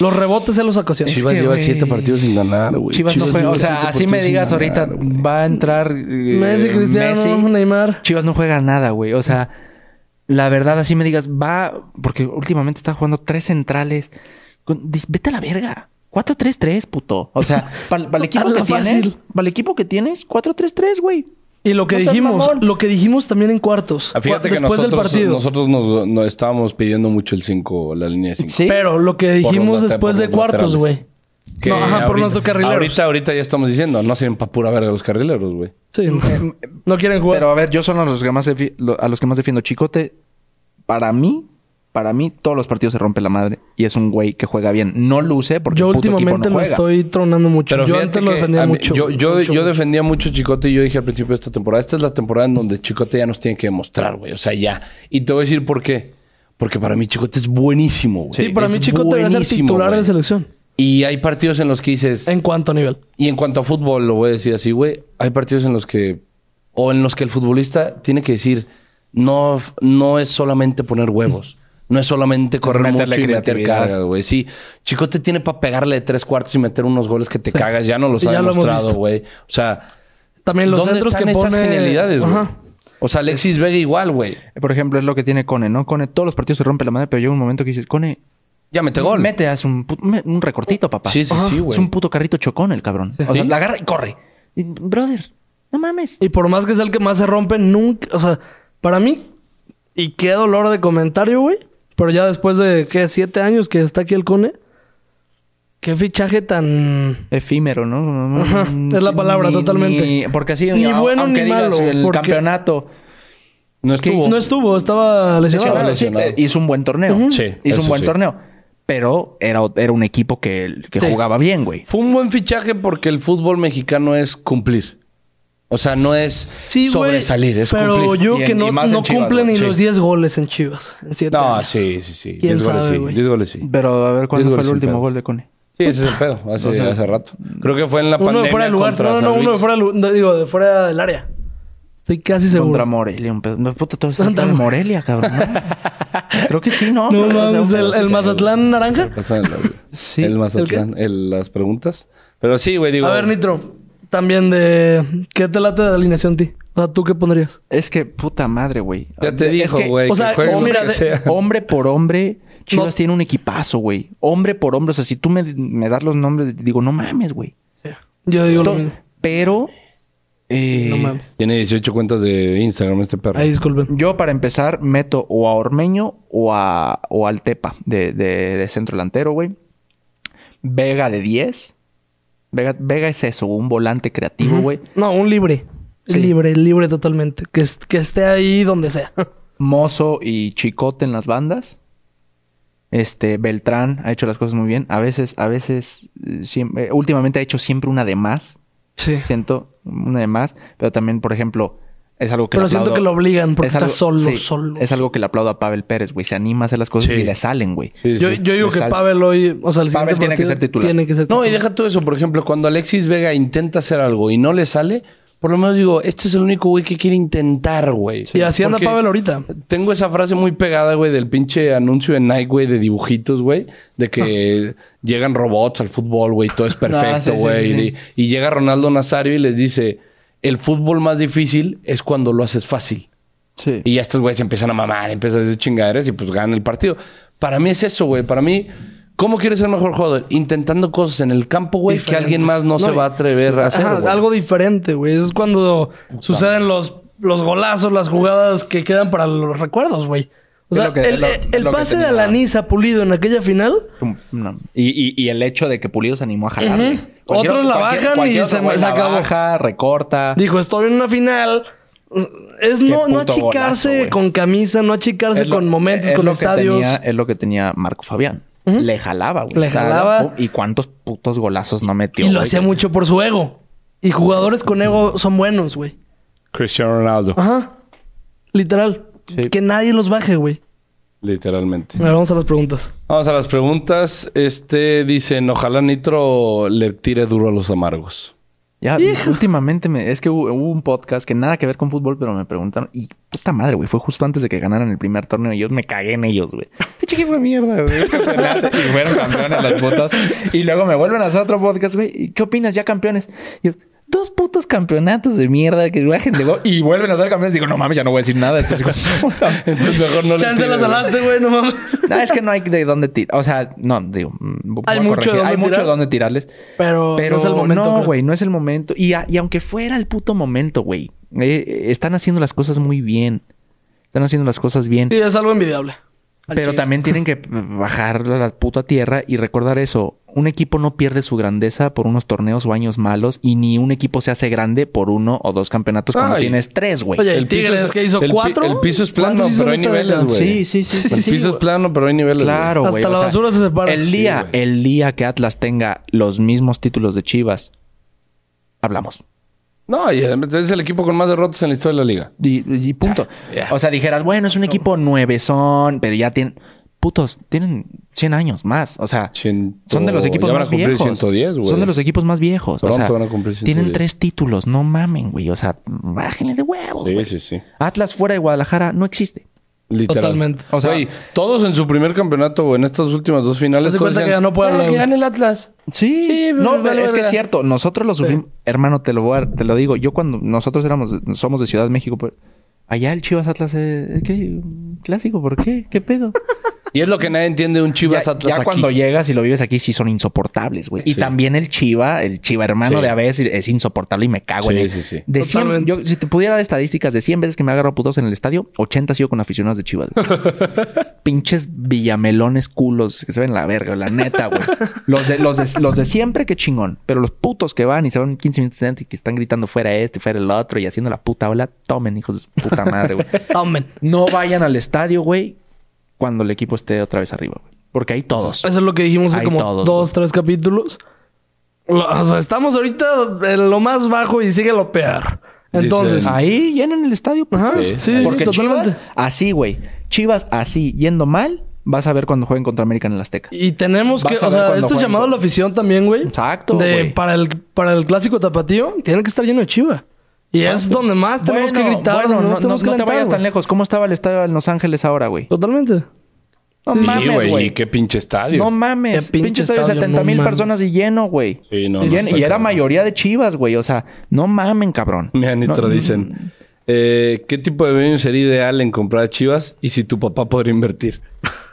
Los rebotes se los ocasiones.
Chivas
que,
lleva
güey,
siete partidos sin ganar, güey.
Chivas, no juega.
lleva
O sea,
siete
así me
partidos sin
digas
ganar,
ahorita,
güey.
va a entrar. eh,
Messi, Cristiano,
Messi.
Neymar.
Chivas no juega nada, güey. O sea, la verdad, así me digas, va. Porque últimamente está jugando tres centrales. Con- dis- Vete a la verga. 4-3-3, puto. O sea, para el equipo
A la
que tienes,
fácil.
para el equipo que tienes, 4-3-3, güey.
Y lo que
No seas
dijimos,
mamón.
lo que dijimos también en cuartos.
Ah, Fíjate que
después
nosotros,
del partido.
nosotros nos, nos estábamos pidiendo mucho el 5, la línea de 5.
Sí.
Pero lo que
los
dijimos
late-
después
por
de
los
cuartos,
laterales.
güey.
Que
No, ajá, por
ahorita-
nuestros carrileros.
Ahorita, ahorita ya estamos diciendo, no sirven para pura verga los carrileros, güey.
Sí, Mm, eh, no quieren jugar.
Pero a ver, yo son a los que más, defi- lo- a los que más defiendo. Chicote, para mí, para mí, todos los partidos se rompe la madre. Y es un güey que juega bien. No luce porque
yo
el puto equipo
últimamente
no
lo
juega.
estoy tronando mucho.
Pero
yo
fíjate
antes lo
que
defendía
a mí-
mucho.
Yo, yo,
mucho,
yo
mucho.
defendía mucho a Chicote y yo dije al principio de esta temporada, esta es la temporada en donde Chicote ya nos tiene que demostrar, güey. O sea, ya. Y te voy a decir por qué. Porque para mí Chicote es buenísimo, güey.
Sí, para
Es
mí Chico te ser
buenísimo,
titular
güey.
de selección.
Y hay partidos en los que dices,
En cuanto a nivel.
y en cuanto a fútbol, lo voy a decir así, güey, hay partidos en los que, o en los que el futbolista tiene que decir, no, f- no es solamente poner huevos. No es solamente correr
meterle
mucho y meter
creatividad.
carga, güey. Sí, Chicote tiene para pegarle de tres cuartos y meter unos goles que te cagas. Ya no los
Sí,
ha
ya lo hemos
demostrado,
visto.
güey. O sea,
También los
¿dónde
centros
están
que
esas
pone-
genialidades, güey?
Ajá.
O sea, Alexis Vega igual, güey.
Por ejemplo, es lo que tiene Cone, ¿no? Cone, todos los partidos se rompe la madre, pero llega un momento que dices, Cone,
Ya mete gol.
mete, haz un, put- me- un recortito, papá. Ah,
Sí, sí, sí, güey.
Es un puto carrito chocón el cabrón. O sea, la agarra y corre. Y, brother, no mames.
Y por más que sea el que más se rompe, nunca. O sea, para mí, y qué dolor de comentario, güey. Pero ya después de, ¿qué? Siete años que está aquí el Cone. Qué fichaje tan.
Efímero, ¿no?
Ajá, es la palabra, totalmente.
ni- porque así,
Ni
au-
bueno
aunque
ni
digas
malo,
el
porque-
campeonato.
No estuvo.
No estuvo, estaba lesionado.
Lesionado,
lesionado.
sí, eh, hizo un buen torneo.
Ujú. Sí,
Hizo un
eso
buen
sí.
torneo. Pero era, era un equipo que, que
Sí.
jugaba bien, güey.
Fue un buen fichaje porque el fútbol mexicano es cumplir. O sea, no es
Sí, güey.
sobresalir, es
Pero
cumplir.
yo
Y en-
que
y
no,
más en
no
Chivas,
cumple
güey.
ni
Sí.
los 10 goles en Chivas. En 7
No, sí, sí, sí.
¿Quién
10 goles
sabe,
sí.
güey?
10 goles sí.
Pero a ver cuándo
Diez
fue
goles
el
sin
último
pedo.
gol de Cone.
Sí, ese es el pedo. Hace, hace rato. Creo que fue en la
Uno
pandemia.
de fuera del lugar.
contra
No,
San
no, uno de
Luis.
fuera, del lu- no, digo, de fuera del área. Estoy casi seguro.
Contra Morelia, un pedo. No, puta, todo está
Contra
en
Mo-
Morelia, cabrón. ¿no? Creo que sí,
No
¿no? Creo que- o sea,
mames,
un pedo
el,
así.
el Mazatlán naranja.
Pero pasaron la-
Sí.
El Mazatlán, el- las preguntas. Pero sí, güey, digo.
A ver, Nitro. También de... ¿Qué te late de alineación, ti? O sea, ¿tú qué pondrías?
Es que puta madre, güey.
Ya te
Es
dijo,
que
güey.
o sea,
que jueguen
o
los
mira,
que
de-
sea.
Hombre por hombre, Chivas
No.
tiene un equipazo, güey. Hombre por hombre. O sea, si tú me, me das los nombres, digo, no mames, güey.
Yo digo lo
To-
mismo.
Pero. eh,
No mames.
Tiene 18 cuentas de Instagram este perro.
Ahí, disculpen.
Yo, para empezar, meto o a Ormeño o, a, o al Tepa de, de- de centro delantero, güey. Vega de 10. Vega, Vega es eso, un volante creativo, güey.
No, un libre.
Sí.
Libre, libre totalmente. Que, es- que esté ahí donde sea.
Mozo y Chicote en las bandas. Este, Beltrán ha hecho las cosas muy bien. A veces, a veces, eh, siem- eh, últimamente ha hecho siempre una de más.
Sí.
Siento una de más. Pero también, por ejemplo, es algo que
Pero
le
siento
aplaudo-
que lo obligan porque
es
está
algo-
solo,
sí,
solo.
Es algo que le aplaudo a Pavel Pérez, güey. Se anima a hacer las cosas
Sí.
y le salen, güey.
Sí,
Yo,
sí.
yo digo
Me
que
sale.
Pavel hoy... O sea, el siguiente
Pavel tiene que
partido
ser titular.
Tiene que ser
No, y
titular.
deja todo eso. Por ejemplo, cuando Alexis Vega intenta hacer algo y no le sale, por lo menos digo, este es el único güey que quiere intentar, güey.
Y así anda
Porque
Pavel ahorita.
Tengo esa frase muy pegada, güey, del pinche anuncio de Nike, güey, de dibujitos, güey, de que llegan robots al fútbol, güey, todo es
Ah, sí,
perfecto,
sí,
güey.
sí, sí.
y, y llega Ronaldo Nazario y les dice, el fútbol más difícil es cuando lo haces fácil.
Sí.
Y ya estos güeyes empiezan a mamar, empiezan a decir chingaderas y pues ganan el partido. Para mí es eso, güey. Para mí, ¿cómo quieres ser mejor jugador? Intentando cosas en el campo, güey, que
Diferentes.
alguien más no,
No,
se va a atrever a hacer.
Ajá,
güey.
algo diferente, güey. Es cuando suceden los, los golazos, las jugadas que quedan para los recuerdos, güey. O
Es
sea,
lo que-
el,
es lo-
el
es lo que
pase de
tenía.
Alaniza Pulido en aquella final,
Como- no. Y, y- y el hecho de que Pulido se animó a jalar.
Ujú. Otros la bajan y se- se acabó.
Baja, recorta.
dijo, estoy en una final. Es no, no
puto
achicarse
golazo, güey.
con camisa, no achicarse
Es lo-
con momentos,
es
con
lo que
estadios.
tenía- es lo que tenía Marco Fabián. Le jalaba, güey.
Le
O sea,
jalaba.
pum, Y cuántos putos golazos no metió.
y lo
güey.
hacía mucho por su ego. Y jugadores con ego son buenos, güey.
Cristiano Ronaldo,
Ajá. Literal.
Sí.
Que nadie los baje, güey.
literalmente.
A ver, vamos a las preguntas.
Vamos a las preguntas. Este dicen, ojalá Nitro le tire duro a los amargos.
Ya, últimamente me- es que hubo, hubo un podcast que nada que ver con fútbol, pero me preguntaron. Y puta madre, güey. Fue justo antes de que ganaran el primer torneo y yo me cagué en ellos, güey. Pinche equipo de mierda, güey. y fueron campeones las putas. Y luego me vuelven a hacer otro podcast, güey. ¿y ¿Qué opinas? Ya campeones. Y yo, dos putos campeonatos de mierda que bajen de go- Y vuelven a ser campeones. Digo, no mames, ya no voy a decir nada. de estos hijos de su puta madre.
Entonces mejor no le
Chance
tire,
las
güey.
alaste, güey, no mames.
No, es que no hay de dónde tirar. O sea, no, digo. mm, voy
Hay
a
mucho
corregir.
de dónde
Hay mucho
tirar.
de dónde tirarles.
Pero,
Pero
no es el momento.
No,
creo.
güey, no es el momento. Y, a- y aunque fuera el puto momento, güey. eh, eh, están haciendo las cosas muy bien. Están haciendo las cosas bien.
Sí, es algo envidiable. Al
pero
chile.
también tienen que bajar a la puta tierra y recordar eso. Un equipo no pierde su grandeza por unos torneos o años malos. Y ni un equipo se hace grande por uno o dos campeonatos cuando
Ay.
tienes tres, güey.
Oye, el
El piso
Tigres
es-
que hizo
el pi-
cuatro.
el piso es
¿Cuántos
plano,
hizo
pero
en
hay
esta
niveles,
década?
Sí,
güey.
sí, sí, sí.
El
sí,
piso es
güey.
plano, pero hay niveles. güey.
Claro,
Hasta
güey.
la
o sea,
basura se separa.
El
Sí,
día,
güey.
el día que Atlas tenga los mismos títulos de Chivas, hablamos.
No, y además es el equipo con más derrotas en la historia de la liga.
Y, y punto.
Ya.
O sea, dijeras, bueno, es un equipo nueve son, pero ya tienen. Putos, tienen 100 años más. O sea,
Ciento-
son de los equipos
Oh, ya van a
más
cumplir
viejos.
110, güey.
son de los equipos más viejos. o
Pronto
sea,
van a cumplir 110.
tienen tres títulos, no mamen, güey. O sea, bájenle de huevos.
Sí,
güey.
sí, sí.
Atlas fuera de Guadalajara no existe.
Literal.
Totalmente.
O sea, Güey, todos en su primer campeonato o en estas últimas dos finales.
Haz de
todos
cuenta que
decían,
ganó Puebla,
"Ah, Que
güey".
gane el Atlas.
Sí, no,
bla, bla,
pero es
bla,
que es
bla.
cierto. Nosotros lo sufrimos, hermano, te lo voy a- te lo digo. Yo cuando nosotros éramos, somos de Ciudad de México, pues, allá el Chivas Atlas es ¿qué? clásico, ¿por qué? ¿Qué pedo?
Y es lo que nadie entiende un Chivas
ya,
Atlas
ya
aquí.
cuando llegas y lo vives aquí, sí son insoportables, güey. Y
Sí.
también el Chiva, el Chiva hermano
Sí.
de Aves es insoportable y me cago en
Sí,
él.
sí, sí.
De cien-
Totalmente.
yo, si te pudiera dar estadísticas de 100 veces que me agarro a putos en el estadio, 80 ha sido con aficionados de Chivas. güey. Pinches villamelones culos que se ven la verga, la neta, güey. Los de, los, de, los de siempre, qué chingón. Pero los putos que van y se van 15 minutos antes y que están gritando fuera este, fuera el otro y haciendo la puta ola, tomen, hijos de su puta madre, güey.
Tomen.
No vayan al estadio, güey, cuando el equipo esté otra vez arriba, güey. Porque hay todos.
Eso es lo que dijimos hace
Hay
como
todos,
dos, tres capítulos. Lo- o sea, estamos ahorita en lo más bajo y sigue lo peor. Entonces,
Dicen-
Ahí llenan el estadio. pues.
ajá,
Sí,
sí,
ahí.
sí,
Porque
totalmente.
Chivas, así, güey. Chivas, así, yendo mal, vas a ver cuando jueguen contra América en el Azteca.
Y tenemos
Vas
que,
a
o
ver
sea,
cuando
esto es
jueguen.
llamado a la afición también, güey.
Exacto,
De,
güey.
para, el, para el clásico tapatío, tiene que estar lleno de chiva. Y es donde más tenemos
Bueno,
que gritar,
bueno,
donde
no,
más
no-
tenemos que
no te
alentar,
vayas tan
güey.
lejos. ¿Cómo estaba el estadio en Los Ángeles ahora, güey?
Totalmente.
No
Sí,
mames,
güey. Y
güey.
qué pinche estadio.
No mames.
Qué pinche
Pinche estadio,
estadio,
70 mil
no mames.
personas y lleno, güey.
Sí, no,
Y
no
lleno-
está
y era
cabrón.
mayoría de Chivas, güey. O sea, no mamen, cabrón.
Mira, Nitro dicen. eh, ¿Qué tipo de venue sería ideal en comprar a Chivas y si tu papá podría invertir?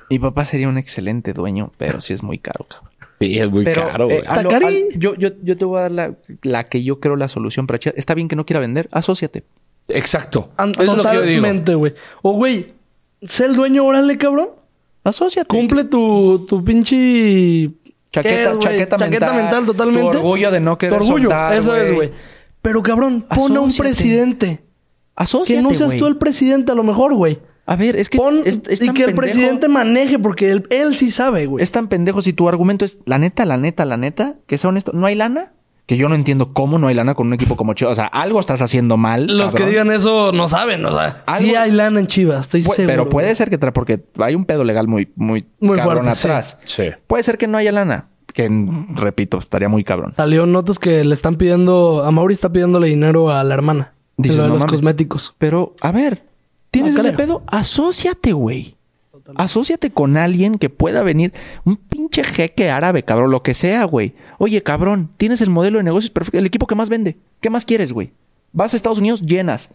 Mi papá sería un excelente dueño, pero sí es muy caro, cabrón.
Sí, es muy caro,
eh,
güey.
a lo-
Está
a-
cari.
yo, yo, yo te voy a dar la, la que yo creo la solución para Chivas. Está bien que no quiera vender, asóciate.
Exacto.
An-
Eso es lo que yo digo.
totalmente, güey. O, güey, sé el dueño, órale, cabrón.
Asóciate.
Cumple tu, tu pinche... ¿qué
Chaqueta,
es, güey?
chaqueta,
Chaqueta mental, totalmente.
Tu orgullo de no
Tu
querer
orgullo,
soltar, Ah,
eso es, güey. Pero, cabrón, pon a un
Asóciate.
presidente.
Asóciate,
Que no seas
güey.
tú el presidente, a lo mejor, güey.
A ver, es que...
Pon...
es, es
y
tan
que el
pendejo-
presidente maneje, porque él, él sí sabe, güey.
Es tan pendejo si tu argumento es la neta, la neta, la neta, que sea honesto. ¿No hay lana? Que yo no entiendo cómo no hay lana con un equipo como Chivas. O sea, algo estás haciendo mal,
Los que
cabrón.
digan eso no saben, o sea...
Algo-
Sí hay lana en Chivas, estoy
Pu-
seguro.
Pero
güey.
puede ser que... tra- Porque hay un pedo legal muy, muy,
Muy
cabrón
fuerte, sí.
atrás.
Sí.
Puede ser que no haya lana. Que, mm, repito, estaría muy cabrón.
Salió notas que le están pidiendo, a Mauri está pidiéndole dinero a la hermana. Dices,
Dices,
lo de
"No
los
mames".
cosméticos.
Pero, a ver, tienes
No
ese
creo.
pedo, asóciate, güey. Asóciate con alguien que pueda venir, un pinche jeque árabe, cabrón, lo que sea, güey. Oye, cabrón, tienes el modelo de negocios perfecto, el equipo que más vende. ¿Qué más quieres, güey? Vas a Estados Unidos, llenas.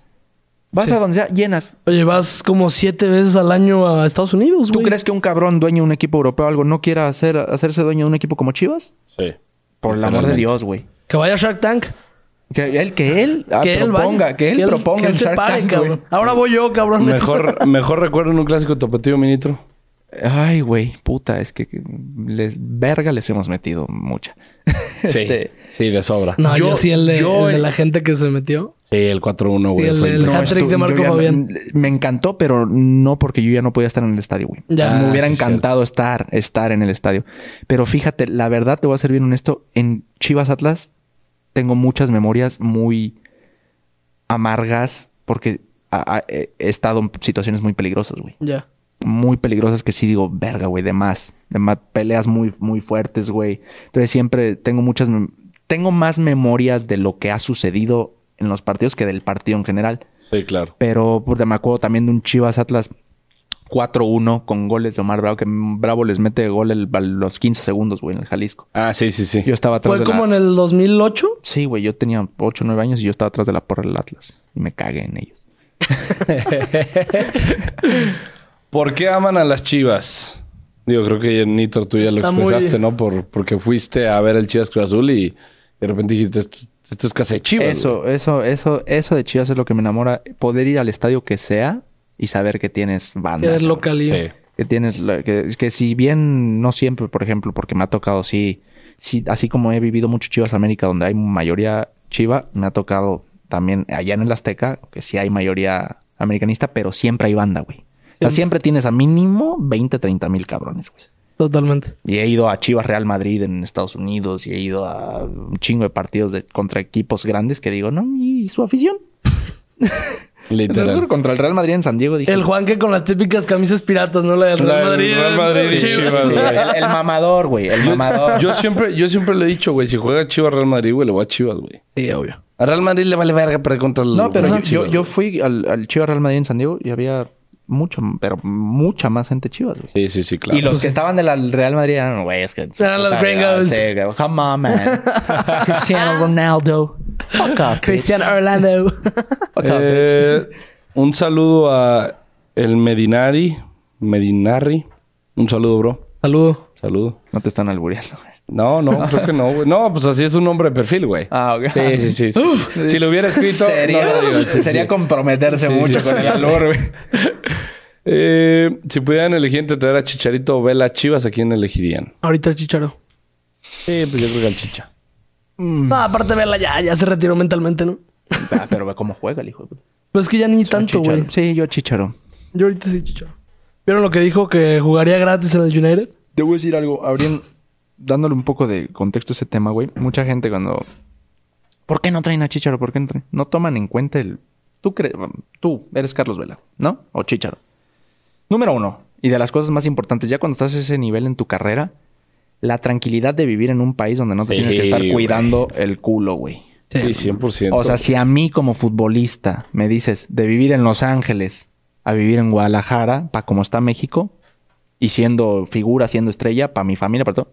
Vas
Sí.
a donde sea, llenas.
Oye, vas como siete veces al año a Estados Unidos, Pues,
¿Tú
güey.
crees que un cabrón dueño de un equipo europeo o algo no quiera hacer, hacerse dueño de un equipo como Chivas?
Sí.
Por el amor de
Literalmente.
Dios, güey.
Que vaya a Shark Tank.
Que él, que él ah,
que él
proponga,
vaya.
que él proponga
que él
el
se
Shark
pare,
Tank, güey.
cabrón. Ahora voy yo, cabrón.
Mejor, mejor recuerdo en un clásico tapatío, ministro.
Ay, güey, puta, es que que les, verga les hemos metido mucha.
Sí.
Este,
Sí, de sobra.
No, yo,
Yo-
sí, el de,
yo-
el de la gente que se metió.
Sí, el 4-1,
Sí,
güey.
el-
fue
el-
impresionante.
hat-trick
estu-
de Marco
yo ya-
Fabián.
Me encantó, pero no porque yo ya no podía estar en el estadio, güey.
Ya.
me
Ah,
hubiera
sí,
encantado estar, estar en el estadio. Pero fíjate, la verdad, te voy a ser bien honesto, en Chivas Atlas tengo muchas memorias muy amargas porque a- a- he he estado en situaciones muy peligrosas, güey.
Ya.
muy peligrosas que sí digo, verga, güey, de más. De más peleas muy, muy fuertes, güey. Entonces siempre tengo muchas... mem- Tengo más memorias de lo que ha sucedido en los partidos que del partido en general.
Sí, claro.
Pero puta, me acuerdo también de un Chivas Atlas 4-1 con goles de Omar Bravo, que Bravo les mete gol el- a los 15 segundos, güey, en el Jalisco.
Ah, sí, sí, sí.
Yo estaba atrás
Fue
de la-
como en el 2008.
Sí, güey, yo tenía 8 o 9 años y yo estaba atrás de la porra del Atlas. Y me cagué en ellos.
¿Por qué aman a las chivas? Digo, creo que Nito, tú ya lo
Está muy-
expresaste, ¿no? Por, porque fuiste a ver el Chivas Cruz Azul y de repente dijiste, esto, esto es casa de chivas. güey".
Eso, eso, eso, eso de Chivas es lo que me enamora. Poder ir al estadio que sea y saber que tienes banda.
Eres
cabrón.
localía.
Sí.
Que tienes, la- que, que si bien no siempre, por ejemplo, porque me ha tocado, sí, sí, así como he vivido mucho Chivas América, donde hay mayoría Chiva, me ha tocado también allá en el Azteca, que sí hay mayoría americanista, pero siempre hay banda, güey. O sea, siempre tienes a mínimo 20, 30 mil cabrones, güey.
Totalmente.
Y he ido a Chivas Real Madrid en Estados Unidos y he ido a un chingo de partidos de, contra equipos grandes que digo, no, y su afición.
Literal.
Contra el Real Madrid en San Diego dije.
El Juan que con las típicas camisas piratas, ¿no? La del
La
Real
del
Madrid.
Real Madrid y
Sí,
Chivas.
Chivas,
sí,
güey.
el, el mamador, güey. El mamador.
Yo siempre, yo siempre le he dicho, güey, si juega Chivas Real Madrid, güey, le voy a Chivas, güey.
Sí, obvio.
A Real Madrid le vale verga perder contra el
no, pero
güey,
yo,
Chivas,
yo
güey.
fui al, al Chivas Real Madrid en San Diego y había mucho, pero mucha más gente Chivas, güey. Ah,
Sí, sí, sí, claro.
Y los que estaban del al- Real Madrid eran, güey, es que...
Eran los
puta,
gringos.
sí, güey. come on, man. Cristiano Ronaldo. Fuck off, bitch.
Cristiano Orlando. Ah,
Fuck off, bitch.
Eh, un saludo a el Medinari. Medinari. Un saludo, bro.
Saludo.
Saludo.
No te están albureando.
No, no, creo que no, güey. No, pues así es un nombre de perfil, güey.
Ah, ok.
Sí, sí, sí. sí. si lo hubiera escrito, no
sería,
lo digo, sí,
sería
sí.
comprometerse
Sí,
mucho
sí,
con
sí.
el valor, güey.
Eh, si pudieran elegir entre traer a Chicharito o Vela a Chivas, ¿a quién elegirían?
Ahorita el Chicharo.
Sí, pues yo creo que al Chicha.
Mm. No, aparte Vela ya, ya se retiró mentalmente, ¿no?
Ah, pero ve cómo juega el hijo de puta.
Pero es que ya ni tanto,
Chicharo.
güey.
Sí, yo chicharo.
Yo ahorita sí, Chicharo. ¿Vieron lo que dijo que jugaría gratis en el United?
Te voy a decir algo, habrían dándole un poco de contexto a ese tema, güey. Mucha gente cuando ¿Por qué no traen a Chicharo? ¿Por qué no traen? No toman en cuenta el tú cre- tú eres Carlos Vela, ¿no? O Chicharo. Número uno, y de las cosas más importantes, ya cuando estás a ese nivel en tu carrera, la tranquilidad de vivir en un país donde no te
Sí,
tienes que estar
güey.
cuidando el culo, güey.
Sí, 100%.
O sea, si a mí como futbolista me dices de vivir en Los Ángeles a vivir en Guadalajara, para como está México, y siendo figura, siendo estrella, para mi familia, para todo.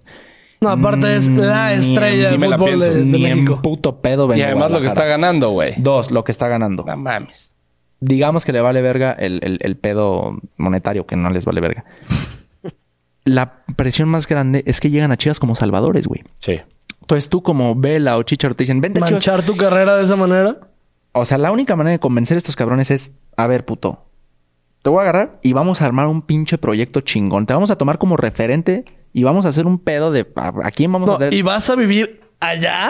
No, aparte es la
Mm, Ni
estrella
en- ni
del
me la
fútbol de,
pienso,
de
ni
México.
en puto pedo vengo
y
a
además lo que está
Guadalajara.
ganando, güey.
Dos, lo que está ganando.
No mames.
Digamos que le vale verga el, el- el pedo monetario, que no les vale verga. La presión más grande es que llegan a Chivas como salvadores, güey.
Sí.
Entonces tú como Vela o Chicharo te dicen, vente a Chivas.
Manchar tu carrera de esa manera.
O sea, la única manera de convencer a estos cabrones es, a ver, puto, te voy a agarrar y vamos a armar un pinche proyecto chingón. Te vamos a tomar como referente y vamos a hacer un pedo de a, a quién vamos a
No,
hacer.
y vas a vivir allá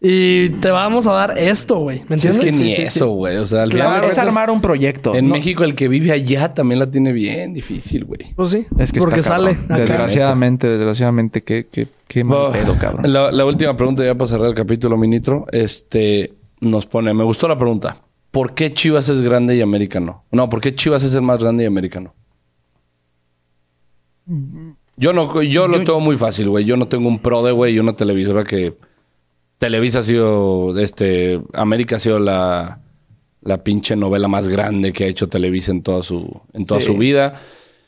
y te vamos a dar esto, güey. ¿Me
Sí,
entiendes?
es que
Sí,
ni
sí, sí.
eso, güey. O sea, al
Claro,
final de
es
cuentas,
armar un proyecto.
En
No,
México, el que vive allá también la tiene bien difícil, güey.
Pues sí.
Es que
porque
está
sale.
cabrón.
acá.
Desgraciadamente, desgraciadamente, qué, qué, qué mal
Oh,
pedo, cabrón.
La, la última pregunta, ya para cerrar el capítulo, ministro. Este nos pone, me gustó la pregunta. ¿Por qué Chivas es grande y América no? No, ¿por qué Chivas es el más grande y América no? Yo no, yo, lo tengo muy fácil, güey. Yo no tengo un pro de, güey, y una televisora que. Televisa ha sido, este, América ha sido la, la pinche novela más grande que ha hecho Televisa en toda su, en toda
Sí.
su vida.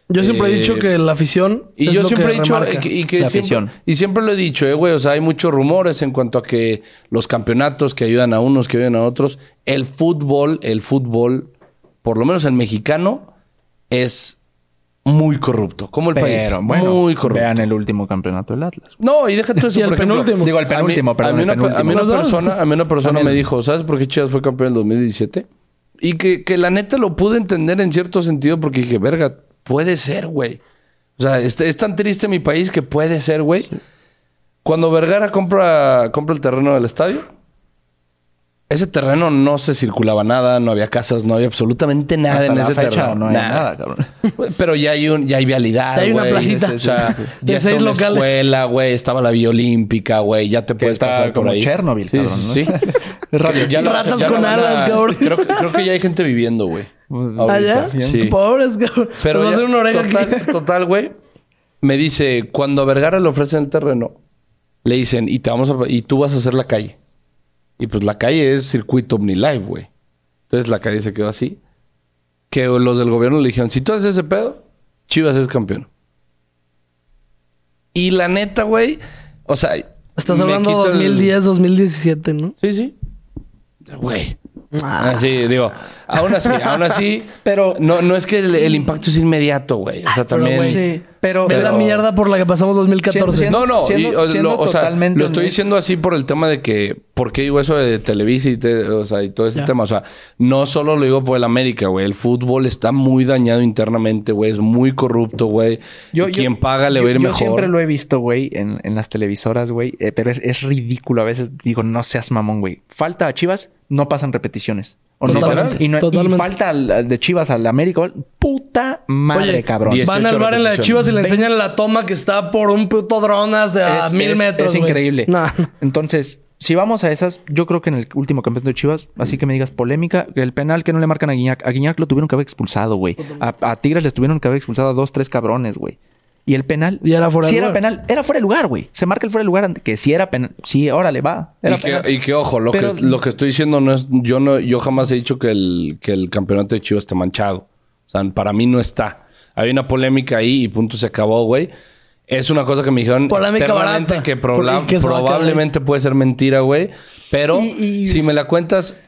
Yo siempre
Eh,
he dicho que la afición.
Y
es
yo
lo
siempre
que
he dicho,
remarca.
eh, que- y, que
La
siempre-
afición.
y siempre lo he dicho, eh, güey, o sea, hay muchos rumores en cuanto a que los campeonatos que ayudan a unos, que ayudan a otros, el fútbol, el fútbol, por lo menos el mexicano, es muy corrupto, como el país,
Pero bueno,
muy corrupto.
vean el último campeonato del Atlas.
Pues, No, y deja tú eso.
Y el
por ejemplo,
penúltimo.
Digo, el
a mí-
penúltimo,
a
perdón,
mí
el
una pe-
penúltimo.
A mí una
¿Verdad?
persona, a mí una persona
También.
me dijo, ¿sabes por qué Chivas fue campeón en 2017? Y que, que la neta lo pude entender en cierto sentido porque dije, verga, puede ser, güey. O sea, es, es tan triste mi país que puede ser, güey. Cuando Vergara compra, compra el terreno del estadio, ese terreno no se circulaba nada, no había casas, no había absolutamente nada
Hasta
en
la
ese
fecha
terreno.
no hay nada, cabrón.
Güey, Pero ya hay, un, ya hay vialidad.
Ya hay una
güey.
placita.
O sea,
Sí, sí, sí.
ya
De
está
seis
una
locales.
escuela, güey. Estaba la vía olímpica, güey. Ya te puedes
está
pasar por
como
ahí.
Chernobyl,
sí,
cabrón, ¿no?
Sí.
Rápido.
lo-
Ratas
lo
con
van a-
alas, cabrón.
Creo, que- creo que ya hay gente viviendo, güey.
¿Ah, ya?
ahorita. Sí.
Pobres, cabrón.
Pero
Nos va a
ya-
hacer una oreja aquí.
total, total, güey. Me dice, cuando a Vergara le ofrecen el terreno, le dicen, y, te vamos a- y tú vas a hacer la calle. Y pues la calle es circuito OmniLife, güey. Entonces la calle se quedó así. Que los del gobierno le dijeron, si tú haces ese pedo, Chivas es campeón. Y la neta, güey, o sea...
Estás
me
hablando
quito el-
2010, 2017, ¿no?
Sí, sí. Güey.
Ah.
Así, digo, aún así, aún así, pero no, no es que el, el impacto es inmediato, güey. O sea, también.
Pero, güey,
Pero-
ve la
pero-
mierda por la que pasamos 2014.
Siendo-
no, no, y,
siendo-
o,
siendo
lo, o sea,
totalmente
lo estoy
honesto.
diciendo así por el tema de que, ¿por qué digo eso de Televisa y, te- o sea, y todo ese
Ya.
tema? O sea, no solo lo digo por el América, güey. El fútbol está muy dañado internamente, güey. Es muy corrupto, güey.
Yo- yo-
Y Quien paga le
yo-
va a ir
yo
mejor.
siempre lo he visto, güey, en, en las televisoras, güey. eh, pero es, es ridículo. A veces digo, no seas mamón, güey. Falta a Chivas, no pasan repeticiones. O no
Totalmente,
pasan- y, no- y
totalmente.
falta al, al de Chivas al América. güey. Puta madre,
Oye,
cabrón.
diez-
Van al
18
bar en la de Chivas y le
repeticiones.
enseñan la toma que está por un puto dronas de a
Es-
mil
es-
metros.
Es
güey.
increíble.
Nah.
Entonces, si vamos a esas, yo creo que en el último campeonato de Chivas, así que me digas polémica, el penal que no le marcan a Guiñac. A Guiñac lo tuvieron que haber expulsado, güey. A, a Tigres les tuvieron que haber expulsado a dos, tres cabrones, güey. Y el penal.
Y era fuera de
Sí,
lugar.
era penal. Era fuera de lugar, güey. Se marca el fuera de lugar. ante- Que si era penal. Sí, órale, va. Era
Y que,
penal.
y que, ojo, lo,
Pero-
que, lo que estoy diciendo no es. Yo no, yo jamás he dicho que el, que el campeonato de Chivas está manchado. O sea, para mí no está. Hay una polémica ahí y punto se acabó, güey. Es una cosa que me dijeron
Polémica
externamente
barata.
que, proba-
Y que se va a quedar ahí.
probablemente puede ser mentira, güey. Pero
Y- y-
si me la cuentas,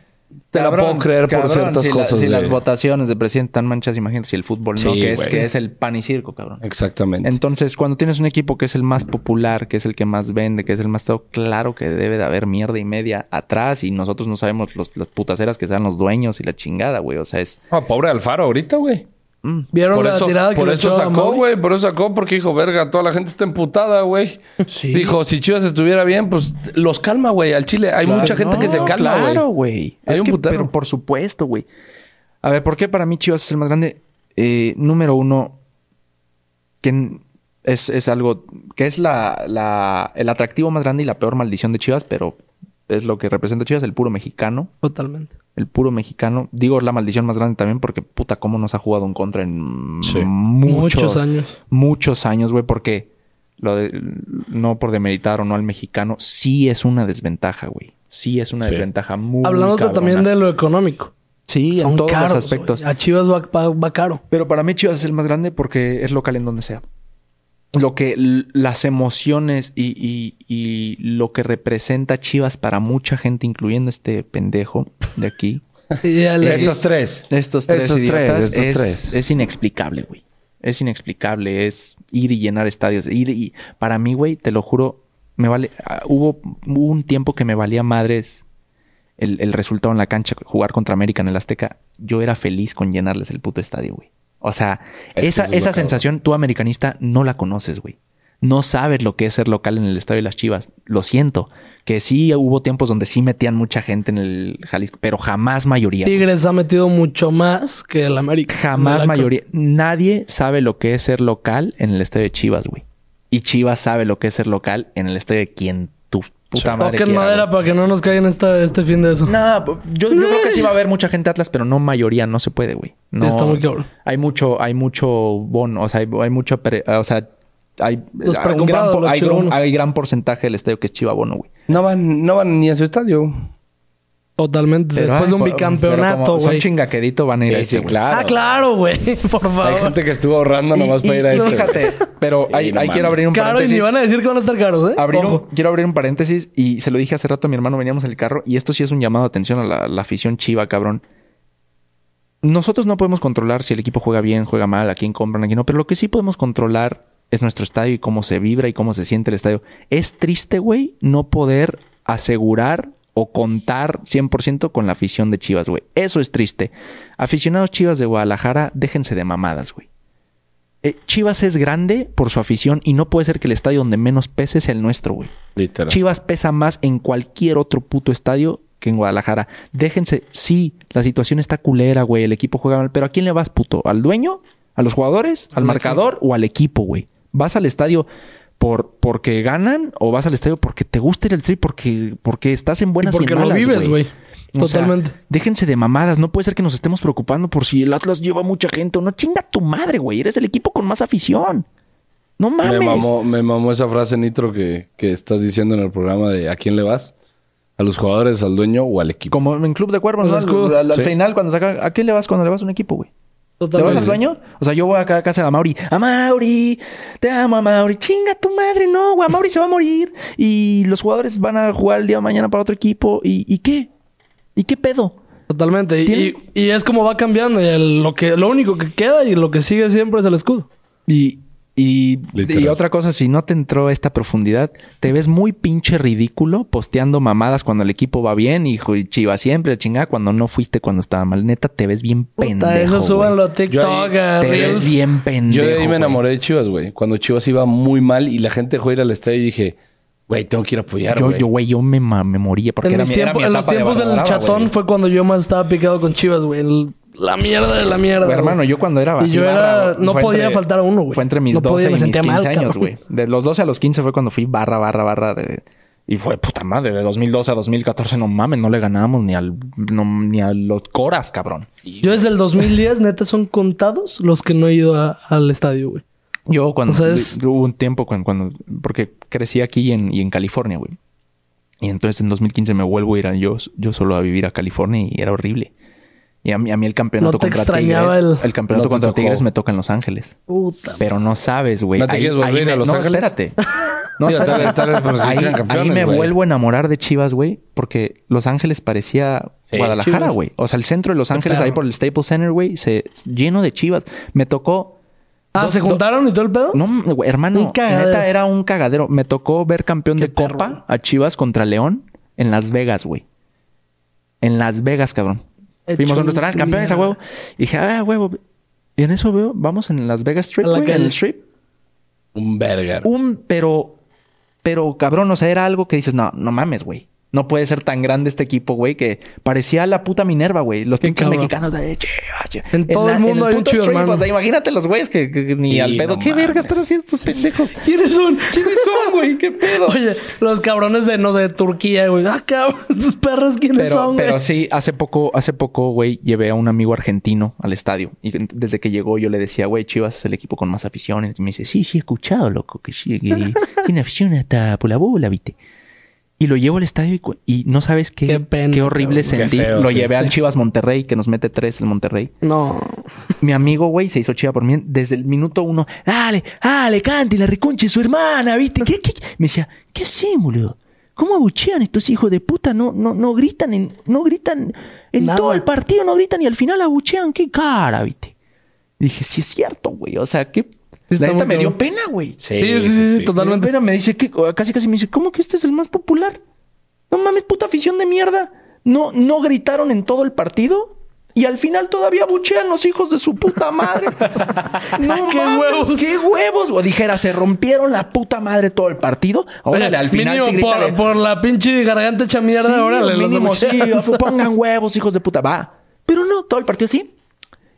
te la
Cabrón,
puedo creer
cabrón,
por ciertas
si la-
cosas.
si
de-
las votaciones de presidente tan manchas, imagínate si el fútbol no,
Sí,
que es,
güey.
que es el pan y circo, cabrón.
Exactamente.
Entonces, cuando tienes un equipo que es el más popular, que es el que más vende, que es el más todo, claro que debe de haber mierda y media atrás y nosotros no sabemos los, las putaceras que sean los dueños y la chingada, güey. O sea, es...
Ah, pobre Alfaro ahorita, güey.
¿Vieron
Por
la
eso,
tirada que
por
le
eso
echó a
sacó,
Mauri?
güey. Por eso sacó, porque dijo, verga, toda la gente está emputada, güey. Dijo, si Chivas estuviera bien, pues los calma, güey. Al Chile hay mucha gente
No,
que se calma, güey.
Claro, güey.
Hay
Es
un
que,
putero.
pero por supuesto, güey. A ver, ¿por qué para mí Chivas es el más grande? Eh, número uno, que n- es, es algo que es la, la- el atractivo más grande y la peor maldición de Chivas, pero es lo que representa Chivas, el puro mexicano.
Totalmente.
El puro mexicano. Digo, es la maldición más grande también porque, puta, cómo nos ha jugado en contra en
Sí.
muchos,
Muchos años.
Muchos años, güey, porque lo de- no por demeritar o no al mexicano, sí es una desventaja, güey. Sí es una
Sí.
desventaja muy
Hablándote
cabrona.
también de lo económico.
Sí, en
Son
todos
caros,
los aspectos.
güey. A Chivas va, va- va caro.
Pero para mí Chivas es el más grande porque es local en donde sea. Lo que l- las emociones y, y- y lo que representa Chivas para mucha gente, incluyendo este pendejo de aquí,
Y el-
Estos tres.
estos tres,
Estos tres,
idiotas,
estos
es,
tres.
es inexplicable, güey. Es inexplicable, es ir y llenar estadios. Ir y para mí, güey, te lo juro, me vale. ah, hubo hubo un tiempo que me valía madres el, el resultado en la cancha, jugar contra América en el Azteca. Yo era feliz con llenarles el puto estadio, güey. O sea,
Es que
esa,
eso es lo
esa
cabrón.
sensación, tú americanista, no la conoces, güey. No sabes lo que es ser local en el estadio de las Chivas. Lo siento. Que sí hubo tiempos donde sí metían mucha gente en el Jalisco, pero jamás mayoría. güey.
Tigres ha metido mucho más que el América.
Jamás
La-
mayoría. Nadie sabe lo que es ser local en el estadio de Chivas, güey. Y Chivas sabe lo que es ser local en el estadio de quien tu puta madre
Toquen
quiera,
madera
güey.
para que no nos caigan esta, este fin de eso.
Nada, po- yo, yo creo que sí va a haber mucha gente Atlas, pero no mayoría, no se puede, güey. No,
Está muy cabrón.
Hay mucho, hay mucho bono, o sea, hay, hay mucho, pre- o sea, hay,
Los
hay un gran,
precomprados,
por-
los
hay gran-
chivabonos.
hay gran porcentaje del estadio que es Chivabono, güey.
No van, no van ni a su estadio.
Totalmente.
Pero,
Después
ay,
de un
por- pero
bicampeonato,
como Son
güey.
chingaquedito, van a ir a este, güey.
Ah, claro, güey. Por
Hay
favor.
gente que estuvo ahorrando nomás
Y-
para ir a
y
este. güey.
Fíjate, pero
Sí,
hay,
no
hay- quiero
mames.
abrir un
Caro, y
paréntesis.
ni van a decir que van a estar caros, ¿eh?
Abrir un-
Ojo.
quiero abrir un paréntesis y se lo dije hace rato a mi hermano, veníamos en el carro, y esto sí es un llamado de atención a la, la afición chiva, cabrón. Nosotros no podemos controlar si el equipo juega bien, juega mal, a quién compran, a quién no, pero lo que sí podemos controlar es nuestro estadio y cómo se vibra y cómo se siente el estadio. Es triste, güey, no poder asegurar o contar 100% con la afición de Chivas, güey. Eso es triste. Aficionados Chivas de Guadalajara, déjense de mamadas, güey. Eh, Chivas es grande por su afición y no puede ser que el estadio donde menos pese sea el nuestro, güey.
Literal.
Chivas pesa más en cualquier otro puto estadio que en Guadalajara. Déjense, sí, la situación está culera, güey, el equipo juega mal, pero ¿a quién le vas, puto? ¿Al dueño? ¿A los jugadores? ¿Al marcador o al equipo, güey? ¿Vas al estadio por porque ganan o vas al estadio porque te gusta ir al street porque porque estás en buenas y, en
porque lo
malas,
vives, güey.
o sea,
Totalmente.
déjense de mamadas. No puede ser que nos estemos preocupando por si el Atlas lleva mucha gente o no. Chinga tu madre, güey. Eres el equipo con más afición. No mames.
Me mamó, me mamó esa frase, Nitro, que, que estás diciendo en el programa de ¿a quién le vas? ¿A los jugadores, al dueño o al equipo?
Como en Club de Cuervos,
Al
¿no?
escudo.
al, al
Sí.
final, cuando saca, ¿a qué le vas cuando le vas a un equipo, güey? ¿Le vas
Totalmente.
al dueño? O sea, yo voy acá a casa de Amauri. Amauri, te amo, Amauri. Chinga tu madre, no, güey. Amauri se va a morir. Y los jugadores van a jugar el día de mañana para otro equipo. ¿Y, y qué? ¿Y qué pedo?
Totalmente. Y,
¿Tiene-
y- y es como va cambiando. Y el- lo, que, lo único que queda y lo que sigue siempre es el escudo.
Y, y,
Literal.
y otra cosa, si no te entró esta profundidad, te ves muy pinche ridículo posteando mamadas cuando el equipo va bien y ju- chiva siempre, chingada, cuando no fuiste cuando estaba mal. Neta, te ves bien pendejo.
Puta, eso
güey.
súbanlo a TikTok,
ahí-
a
Te ves
Reels.
bien pendejo.
Yo de ahí me
güey.
enamoré de Chivas, güey. Cuando Chivas iba muy mal y la gente fue a ir al estadio y dije, güey, tengo que ir a apoyar,
Yo,
güey.
yo, güey, yo me, ma- me moría porque
En,
era
mis
mi- era
tiempos-
mi
en los
etapa de
tiempos del
Barbarava,
chatón
güey.
fue cuando yo más estaba picado con Chivas, güey. El- La mierda de la mierda.
Güey, hermano,
güey.
yo cuando era
Y
así
yo
barra,
era- no
fue
podía faltar a uno, güey.
Fue entre mis
No
12
podía,
y
me
mis 15
sentía mal,
años,
cabrón.
güey. De los 12 a los 15 fue cuando fui barra, barra, barra de... Y fue puta madre, de 2012 a 2014, no mames, no le ganábamos ni al no, ni a los coras, cabrón.
Yo desde el 2010, neta, son contados los que no he ido a- al estadio, güey.
Yo cuando
O sea, es-
hubo un tiempo cuando, cuando porque crecí aquí en, y en California, güey. Y entonces en 2015 me vuelvo a ir a yo, yo solo a vivir a California y era horrible. Y a mí, a mí el campeonato
No te
contra
extrañaba
Tigres,
el-
el campeonato
No te
contra
tocó.
Tigres me toca en Los Ángeles.
Puta.
Pero no sabes, güey.
¿No te
Ahí-
quieres volver
ahí
a
me-
Los
no,
Ángeles?
espérate. No,
Digo, tal vez- tal vez, pues, sí
ahí,
sean
ahí
campeones,
me
güey.
vuelvo a enamorar de Chivas, güey. Porque Los Ángeles parecía
Sí,
Guadalajara,
Chivas.
güey. O sea, el centro de Los Ángeles,
perro.
ahí por el Staples Center, güey, se lleno de Chivas. Me tocó...
Ah,
dos-
¿se
dos-
juntaron y todo el pedo?
no,
Un
güey, hermano,
cagadero.
neta era un cagadero. Me tocó ver campeón
Qué
de Copa
perro.
a Chivas contra León en Las Vegas, güey. En Las Vegas, cabrón.
Hecho
Fuimos a un
un
restaurante, campeones a
mierda.
huevo. Y dije, ah, huevo. Y en eso veo, vamos en Las Vegas Strip,
A la
güey, en
calle.
el Strip.
Un verga.
Un, pero, pero cabrón, o sea, era algo que dices, no, no mames, güey. No puede ser tan grande este equipo, güey, que parecía la puta Minerva, güey. Los
Qué
pinches
cabrón.
mexicanos de ah, "Chiva, chiva".
En todo el mundo hay un
puto
chiva,
strip,
hermano.
O sea, imagínate los güeyes que, que- que ni
Sí,
al pedo.
no
¿Qué verga
mames.
están haciendo estos pendejos?
¿Quiénes son?
¿Quiénes son, güey? ¿Qué pedo?
Oye, los cabrones de, no sé, de Turquía, güey. Ah, cabrón, estos perros, ¿quiénes
pero,
son, güey?
pero sí, hace poco, hace poco, güey, llevé a un amigo argentino al estadio. Y desde que llegó yo le decía, güey, Chivas es el equipo con más afición. Y me dice, sí, sí, he escuchado, loco, que, sí, que tiene afición hasta por la bola, viste. Y lo llevo al estadio y, cu- y no sabes qué,
Qué pena,
qué horrible
cabrón. Qué
sentí.
feo,
lo
sí,
llevé al Chivas Monterrey, que nos mete tres el Monterrey.
No.
Mi amigo, güey, se hizo chiva por mí desde el minuto uno. Dale, dale, cante, la recunche, su hermana, ¿viste? ¿Qué, qué? Me decía, ¿qué hacen, boludo? ¿Cómo abuchean estos hijos de puta? No, no, no gritan en, no gritan en
Nada.
todo el partido, no gritan y al final abuchean, qué cara, ¿viste? Dije, sí es cierto, güey. O sea, que
está
la neta
muy
me dio
cabrón.
pena, güey.
Sí, sí, sí, sí, totalmente.
Pero me dice que casi casi me dice, ¿cómo que este es el más popular? No mames, puta afición de mierda. No, no gritaron en todo el partido. Y al final todavía buchean los hijos de su puta madre. No
¡Qué
mames,
huevos!
qué huevos. O dijera, se rompieron la puta madre todo el partido. Órale,
Oye,
al final
mínimo
sí
por,
grítale.
por la pinche garganta hecha mierda,
Sí,
órale. los
mínimo, sí,
abuchean.
pongan huevos, hijos de puta, va. Pero no, todo el partido sí.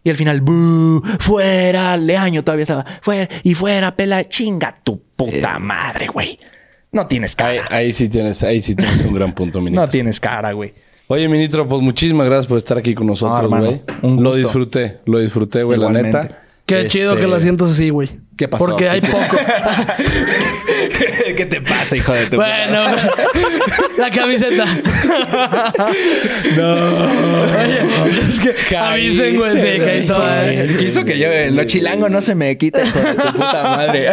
Y al final, "Bú, fuera, Leaño todavía estaba, fuera, y fuera, pela, chinga tu puta madre, güey. No tienes
Ahí,
cara.
ahí sí tienes, ahí sí tienes un gran punto, Minitro.
no tienes cara, güey.
Oye, Ministro, pues muchísimas gracias por estar aquí con
No,
nosotros,
hermano,
güey.
un
lo
gusto.
disfruté, lo disfruté, güey, la
Igualmente.
neta.
Qué
Este-
chido que la sientas así, güey.
¿Qué pasó?
Porque hay poco.
¿Qué te pasa, hijo de tu
bueno, la camiseta. no. Oye, es que avisen, güey. Sí, caí toda, eh.
Quiso que yo, lo chilango no se me quita, hijo de tu puta madre.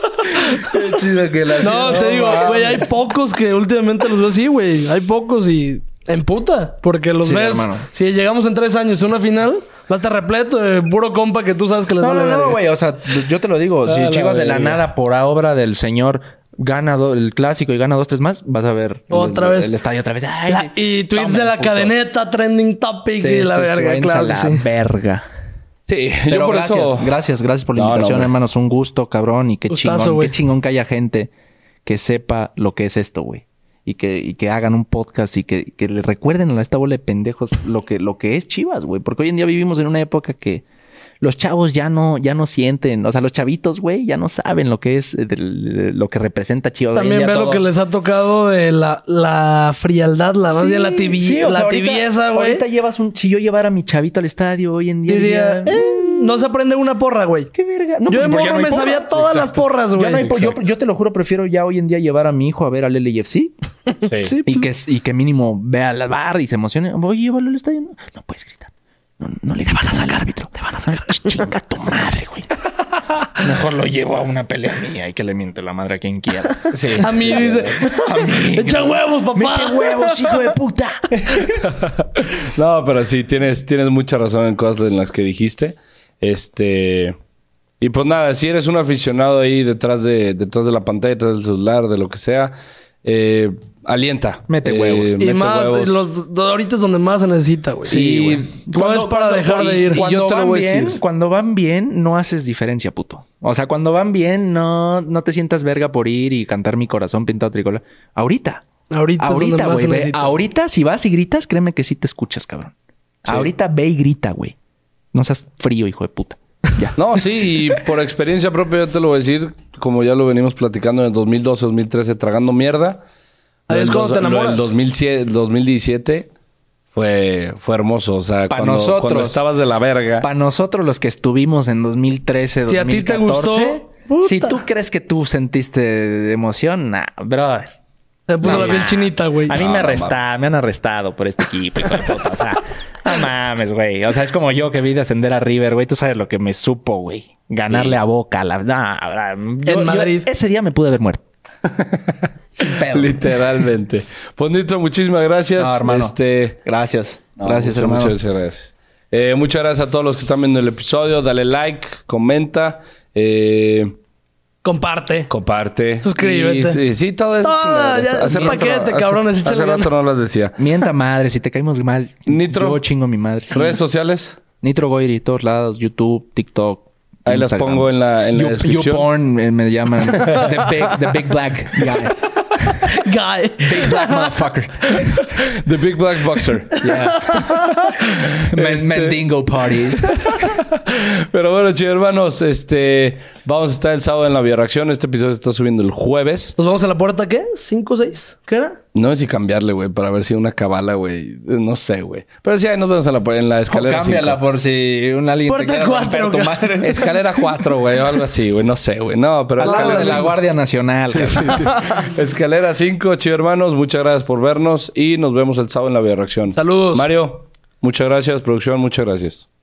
Qué chido que la
No, te digo, güey, hay pocos que últimamente los veo así, güey. Hay pocos y en puta. Porque los
Sí,
ves.
hermano.
Si llegamos en tres años a una final, va a estar repleto de puro compa que tú sabes que les
No,
vale
no, no,
verga.
güey. O sea, yo te lo digo. Si
Ah,
A la
Chivas de la
verga.
nada por obra del señor gana do- el clásico y gana dos, tres más, vas a ver
Otra
el,
vez.
el estadio otra vez. Ay,
La- y tweets
toma
de
el
la
puto.
cadeneta, trending topic
Sí,
y la
sí,
verga,
suensa
claro que
la
sí.
verga.
Sí,
Pero
yo por
gracias,
eso.
gracias, gracias por la
No, no,
invitación,
hombre.
hermanos. Un gusto, cabrón. Y qué
Gustazo,
chingón,
güey.
qué chingón que haya gente que sepa lo que es esto, güey. Y que, y que hagan un podcast y que, que le recuerden a esta bola de pendejos lo que, lo que es Chivas, güey. Porque hoy en día vivimos en una época que los chavos ya no, ya no sienten. O sea, los chavitos, güey, ya no saben lo que es, eh, del- lo que representa Chivas. Hoy en
También
día
ve lo
todo-
que les ha tocado de la, la frialdad, la más
Sí,
bien la, tibi-
sí, o
la
sea, ahorita-
tibieza, güey.
Ahorita llevas un... Si yo llevara a mi chavito al estadio hoy en día...
Diría,
diría,
eh, no se aprende una porra, güey.
¿Qué verga?
Yo
pues,
de
porque
morro
ya no hay
me
porras.
sabía todas las
Exacto.
porras,
Ya
güey.
no hay por- yo,
Exacto.
yo te lo juro, prefiero ya hoy en día llevar a mi hijo a ver al LAFC
Sí.
Sí,
y
pues,
que, y que mínimo vea la barra y se emocione. Oye, llévalo al estadio. No, no puedes gritar. No, no le te van a sacar, árbitro. Te van a sacar. Chinga tu madre, güey. Mejor lo llevo a una pelea mía y que le miente la madre a quien quiera.
Sí.
a mí dice, echa huevos, papá.
huevos, hijo de puta!
No, pero sí, tienes, tienes mucha razón en cosas en las que dijiste. Este. Y pues nada, si eres un aficionado ahí detrás de, detrás de la pantalla, detrás del celular, de lo que sea, eh, alienta.
Mete
Eh,
huevos. Y
Y
mete
más,
huevos.
los, de ahorita es donde más se necesita, güey.
Sí, güey.
No es para dejar de ir.
Y
Cuando
yo te lo
van
voy a decir.
bien,
Cuando van bien, no haces diferencia, puto. O sea, cuando van bien, no, no te sientas verga por ir y cantar mi corazón pintado tricolor. Ahorita.
Ahorita, es donde
Ahorita,
más
güey.
se
ve.
necesita.
Ahorita, si vas y gritas, créeme que sí te escuchas, cabrón.
Sí.
Ahorita ve y grita, güey. No seas frío, hijo de puta. Ya.
No, sí, y por experiencia propia yo te lo voy a decir, como ya lo venimos platicando en el 2012, 2013, tragando mierda.
Ahí es cuando
Lo del dos-
te
lo del
enamoras.
2007, 2017 fue, fue hermoso. O sea,
Pa'
cuando,
nosotros.
cuando estabas de la verga.
Para nosotros los que estuvimos en 2013,
Si a
2014...
ti te gustó, puta.
Si tú crees que tú sentiste emoción, nah, brother.
Se puso
No,
la piel
ma.
chinita, güey.
A mí
No,
me
no
arresta, me han arrestado por este equipo. hijo de puta. O sea, no mames, güey. O sea, es como yo que vi descender a River, güey. Tú sabes lo que me supo, güey. Ganarle a Boca. La... no, yo- yo-
Madrid.
ese día me pude haber muerto. Sin pedo.
Literalmente. Pues Nitro, muchísimas gracias.
No, hermano.
Este,
Gracias.
no,
gracias,
muchas,
hermano.
Muchas gracias. Eh, muchas gracias a todos los que están viendo el episodio. Dale like, comenta, eh,
Comparte.
comparte.
Suscríbete.
Y- sí, sí, todo eso.
Ah, ya, es un paquete, cabrones,
Hace,
échale
hace rato no las decía.
Mienta madre, si te caímos mal,
Nitro.
yo chingo a mi madre. Sí.
Redes sociales.
Nitro Goiri, todos lados, YouTube, TikTok.
Ahí las
Instagram.
pongo en la, en la
You-
descripción.
YouPorn, eh, me llaman. The big, the big black guy.
Guy.
Big black motherfucker.
The Big Black Boxer.
Men-
Este-
Mendingo Party.
Pero bueno, chicos, hermanos, este, vamos a estar el sábado en la bioreacción. Este episodio se está subiendo el jueves.
Nos vamos a la puerta, ¿qué? ¿Cinco, seis? ¿Qué era?
No sé si cambiarle, güey, para ver si una cabala, güey. No sé, güey. Pero sí, ahí nos vemos a la, en la escalera. cinco.
por si un alien
Puerta
quiere
cuatro,
romper
cabrón.
Escalera 4, güey, o algo así, güey. No sé, güey. No, pero
Al lado
escalera
de la
cinco.
Guardia Nacional. cabrón.
Sí, sí. Escalera 5, chido hermanos. Muchas gracias por vernos y nos vemos el sábado en la bioreacción.
Saludos.
Mario, muchas gracias. Producción, muchas gracias.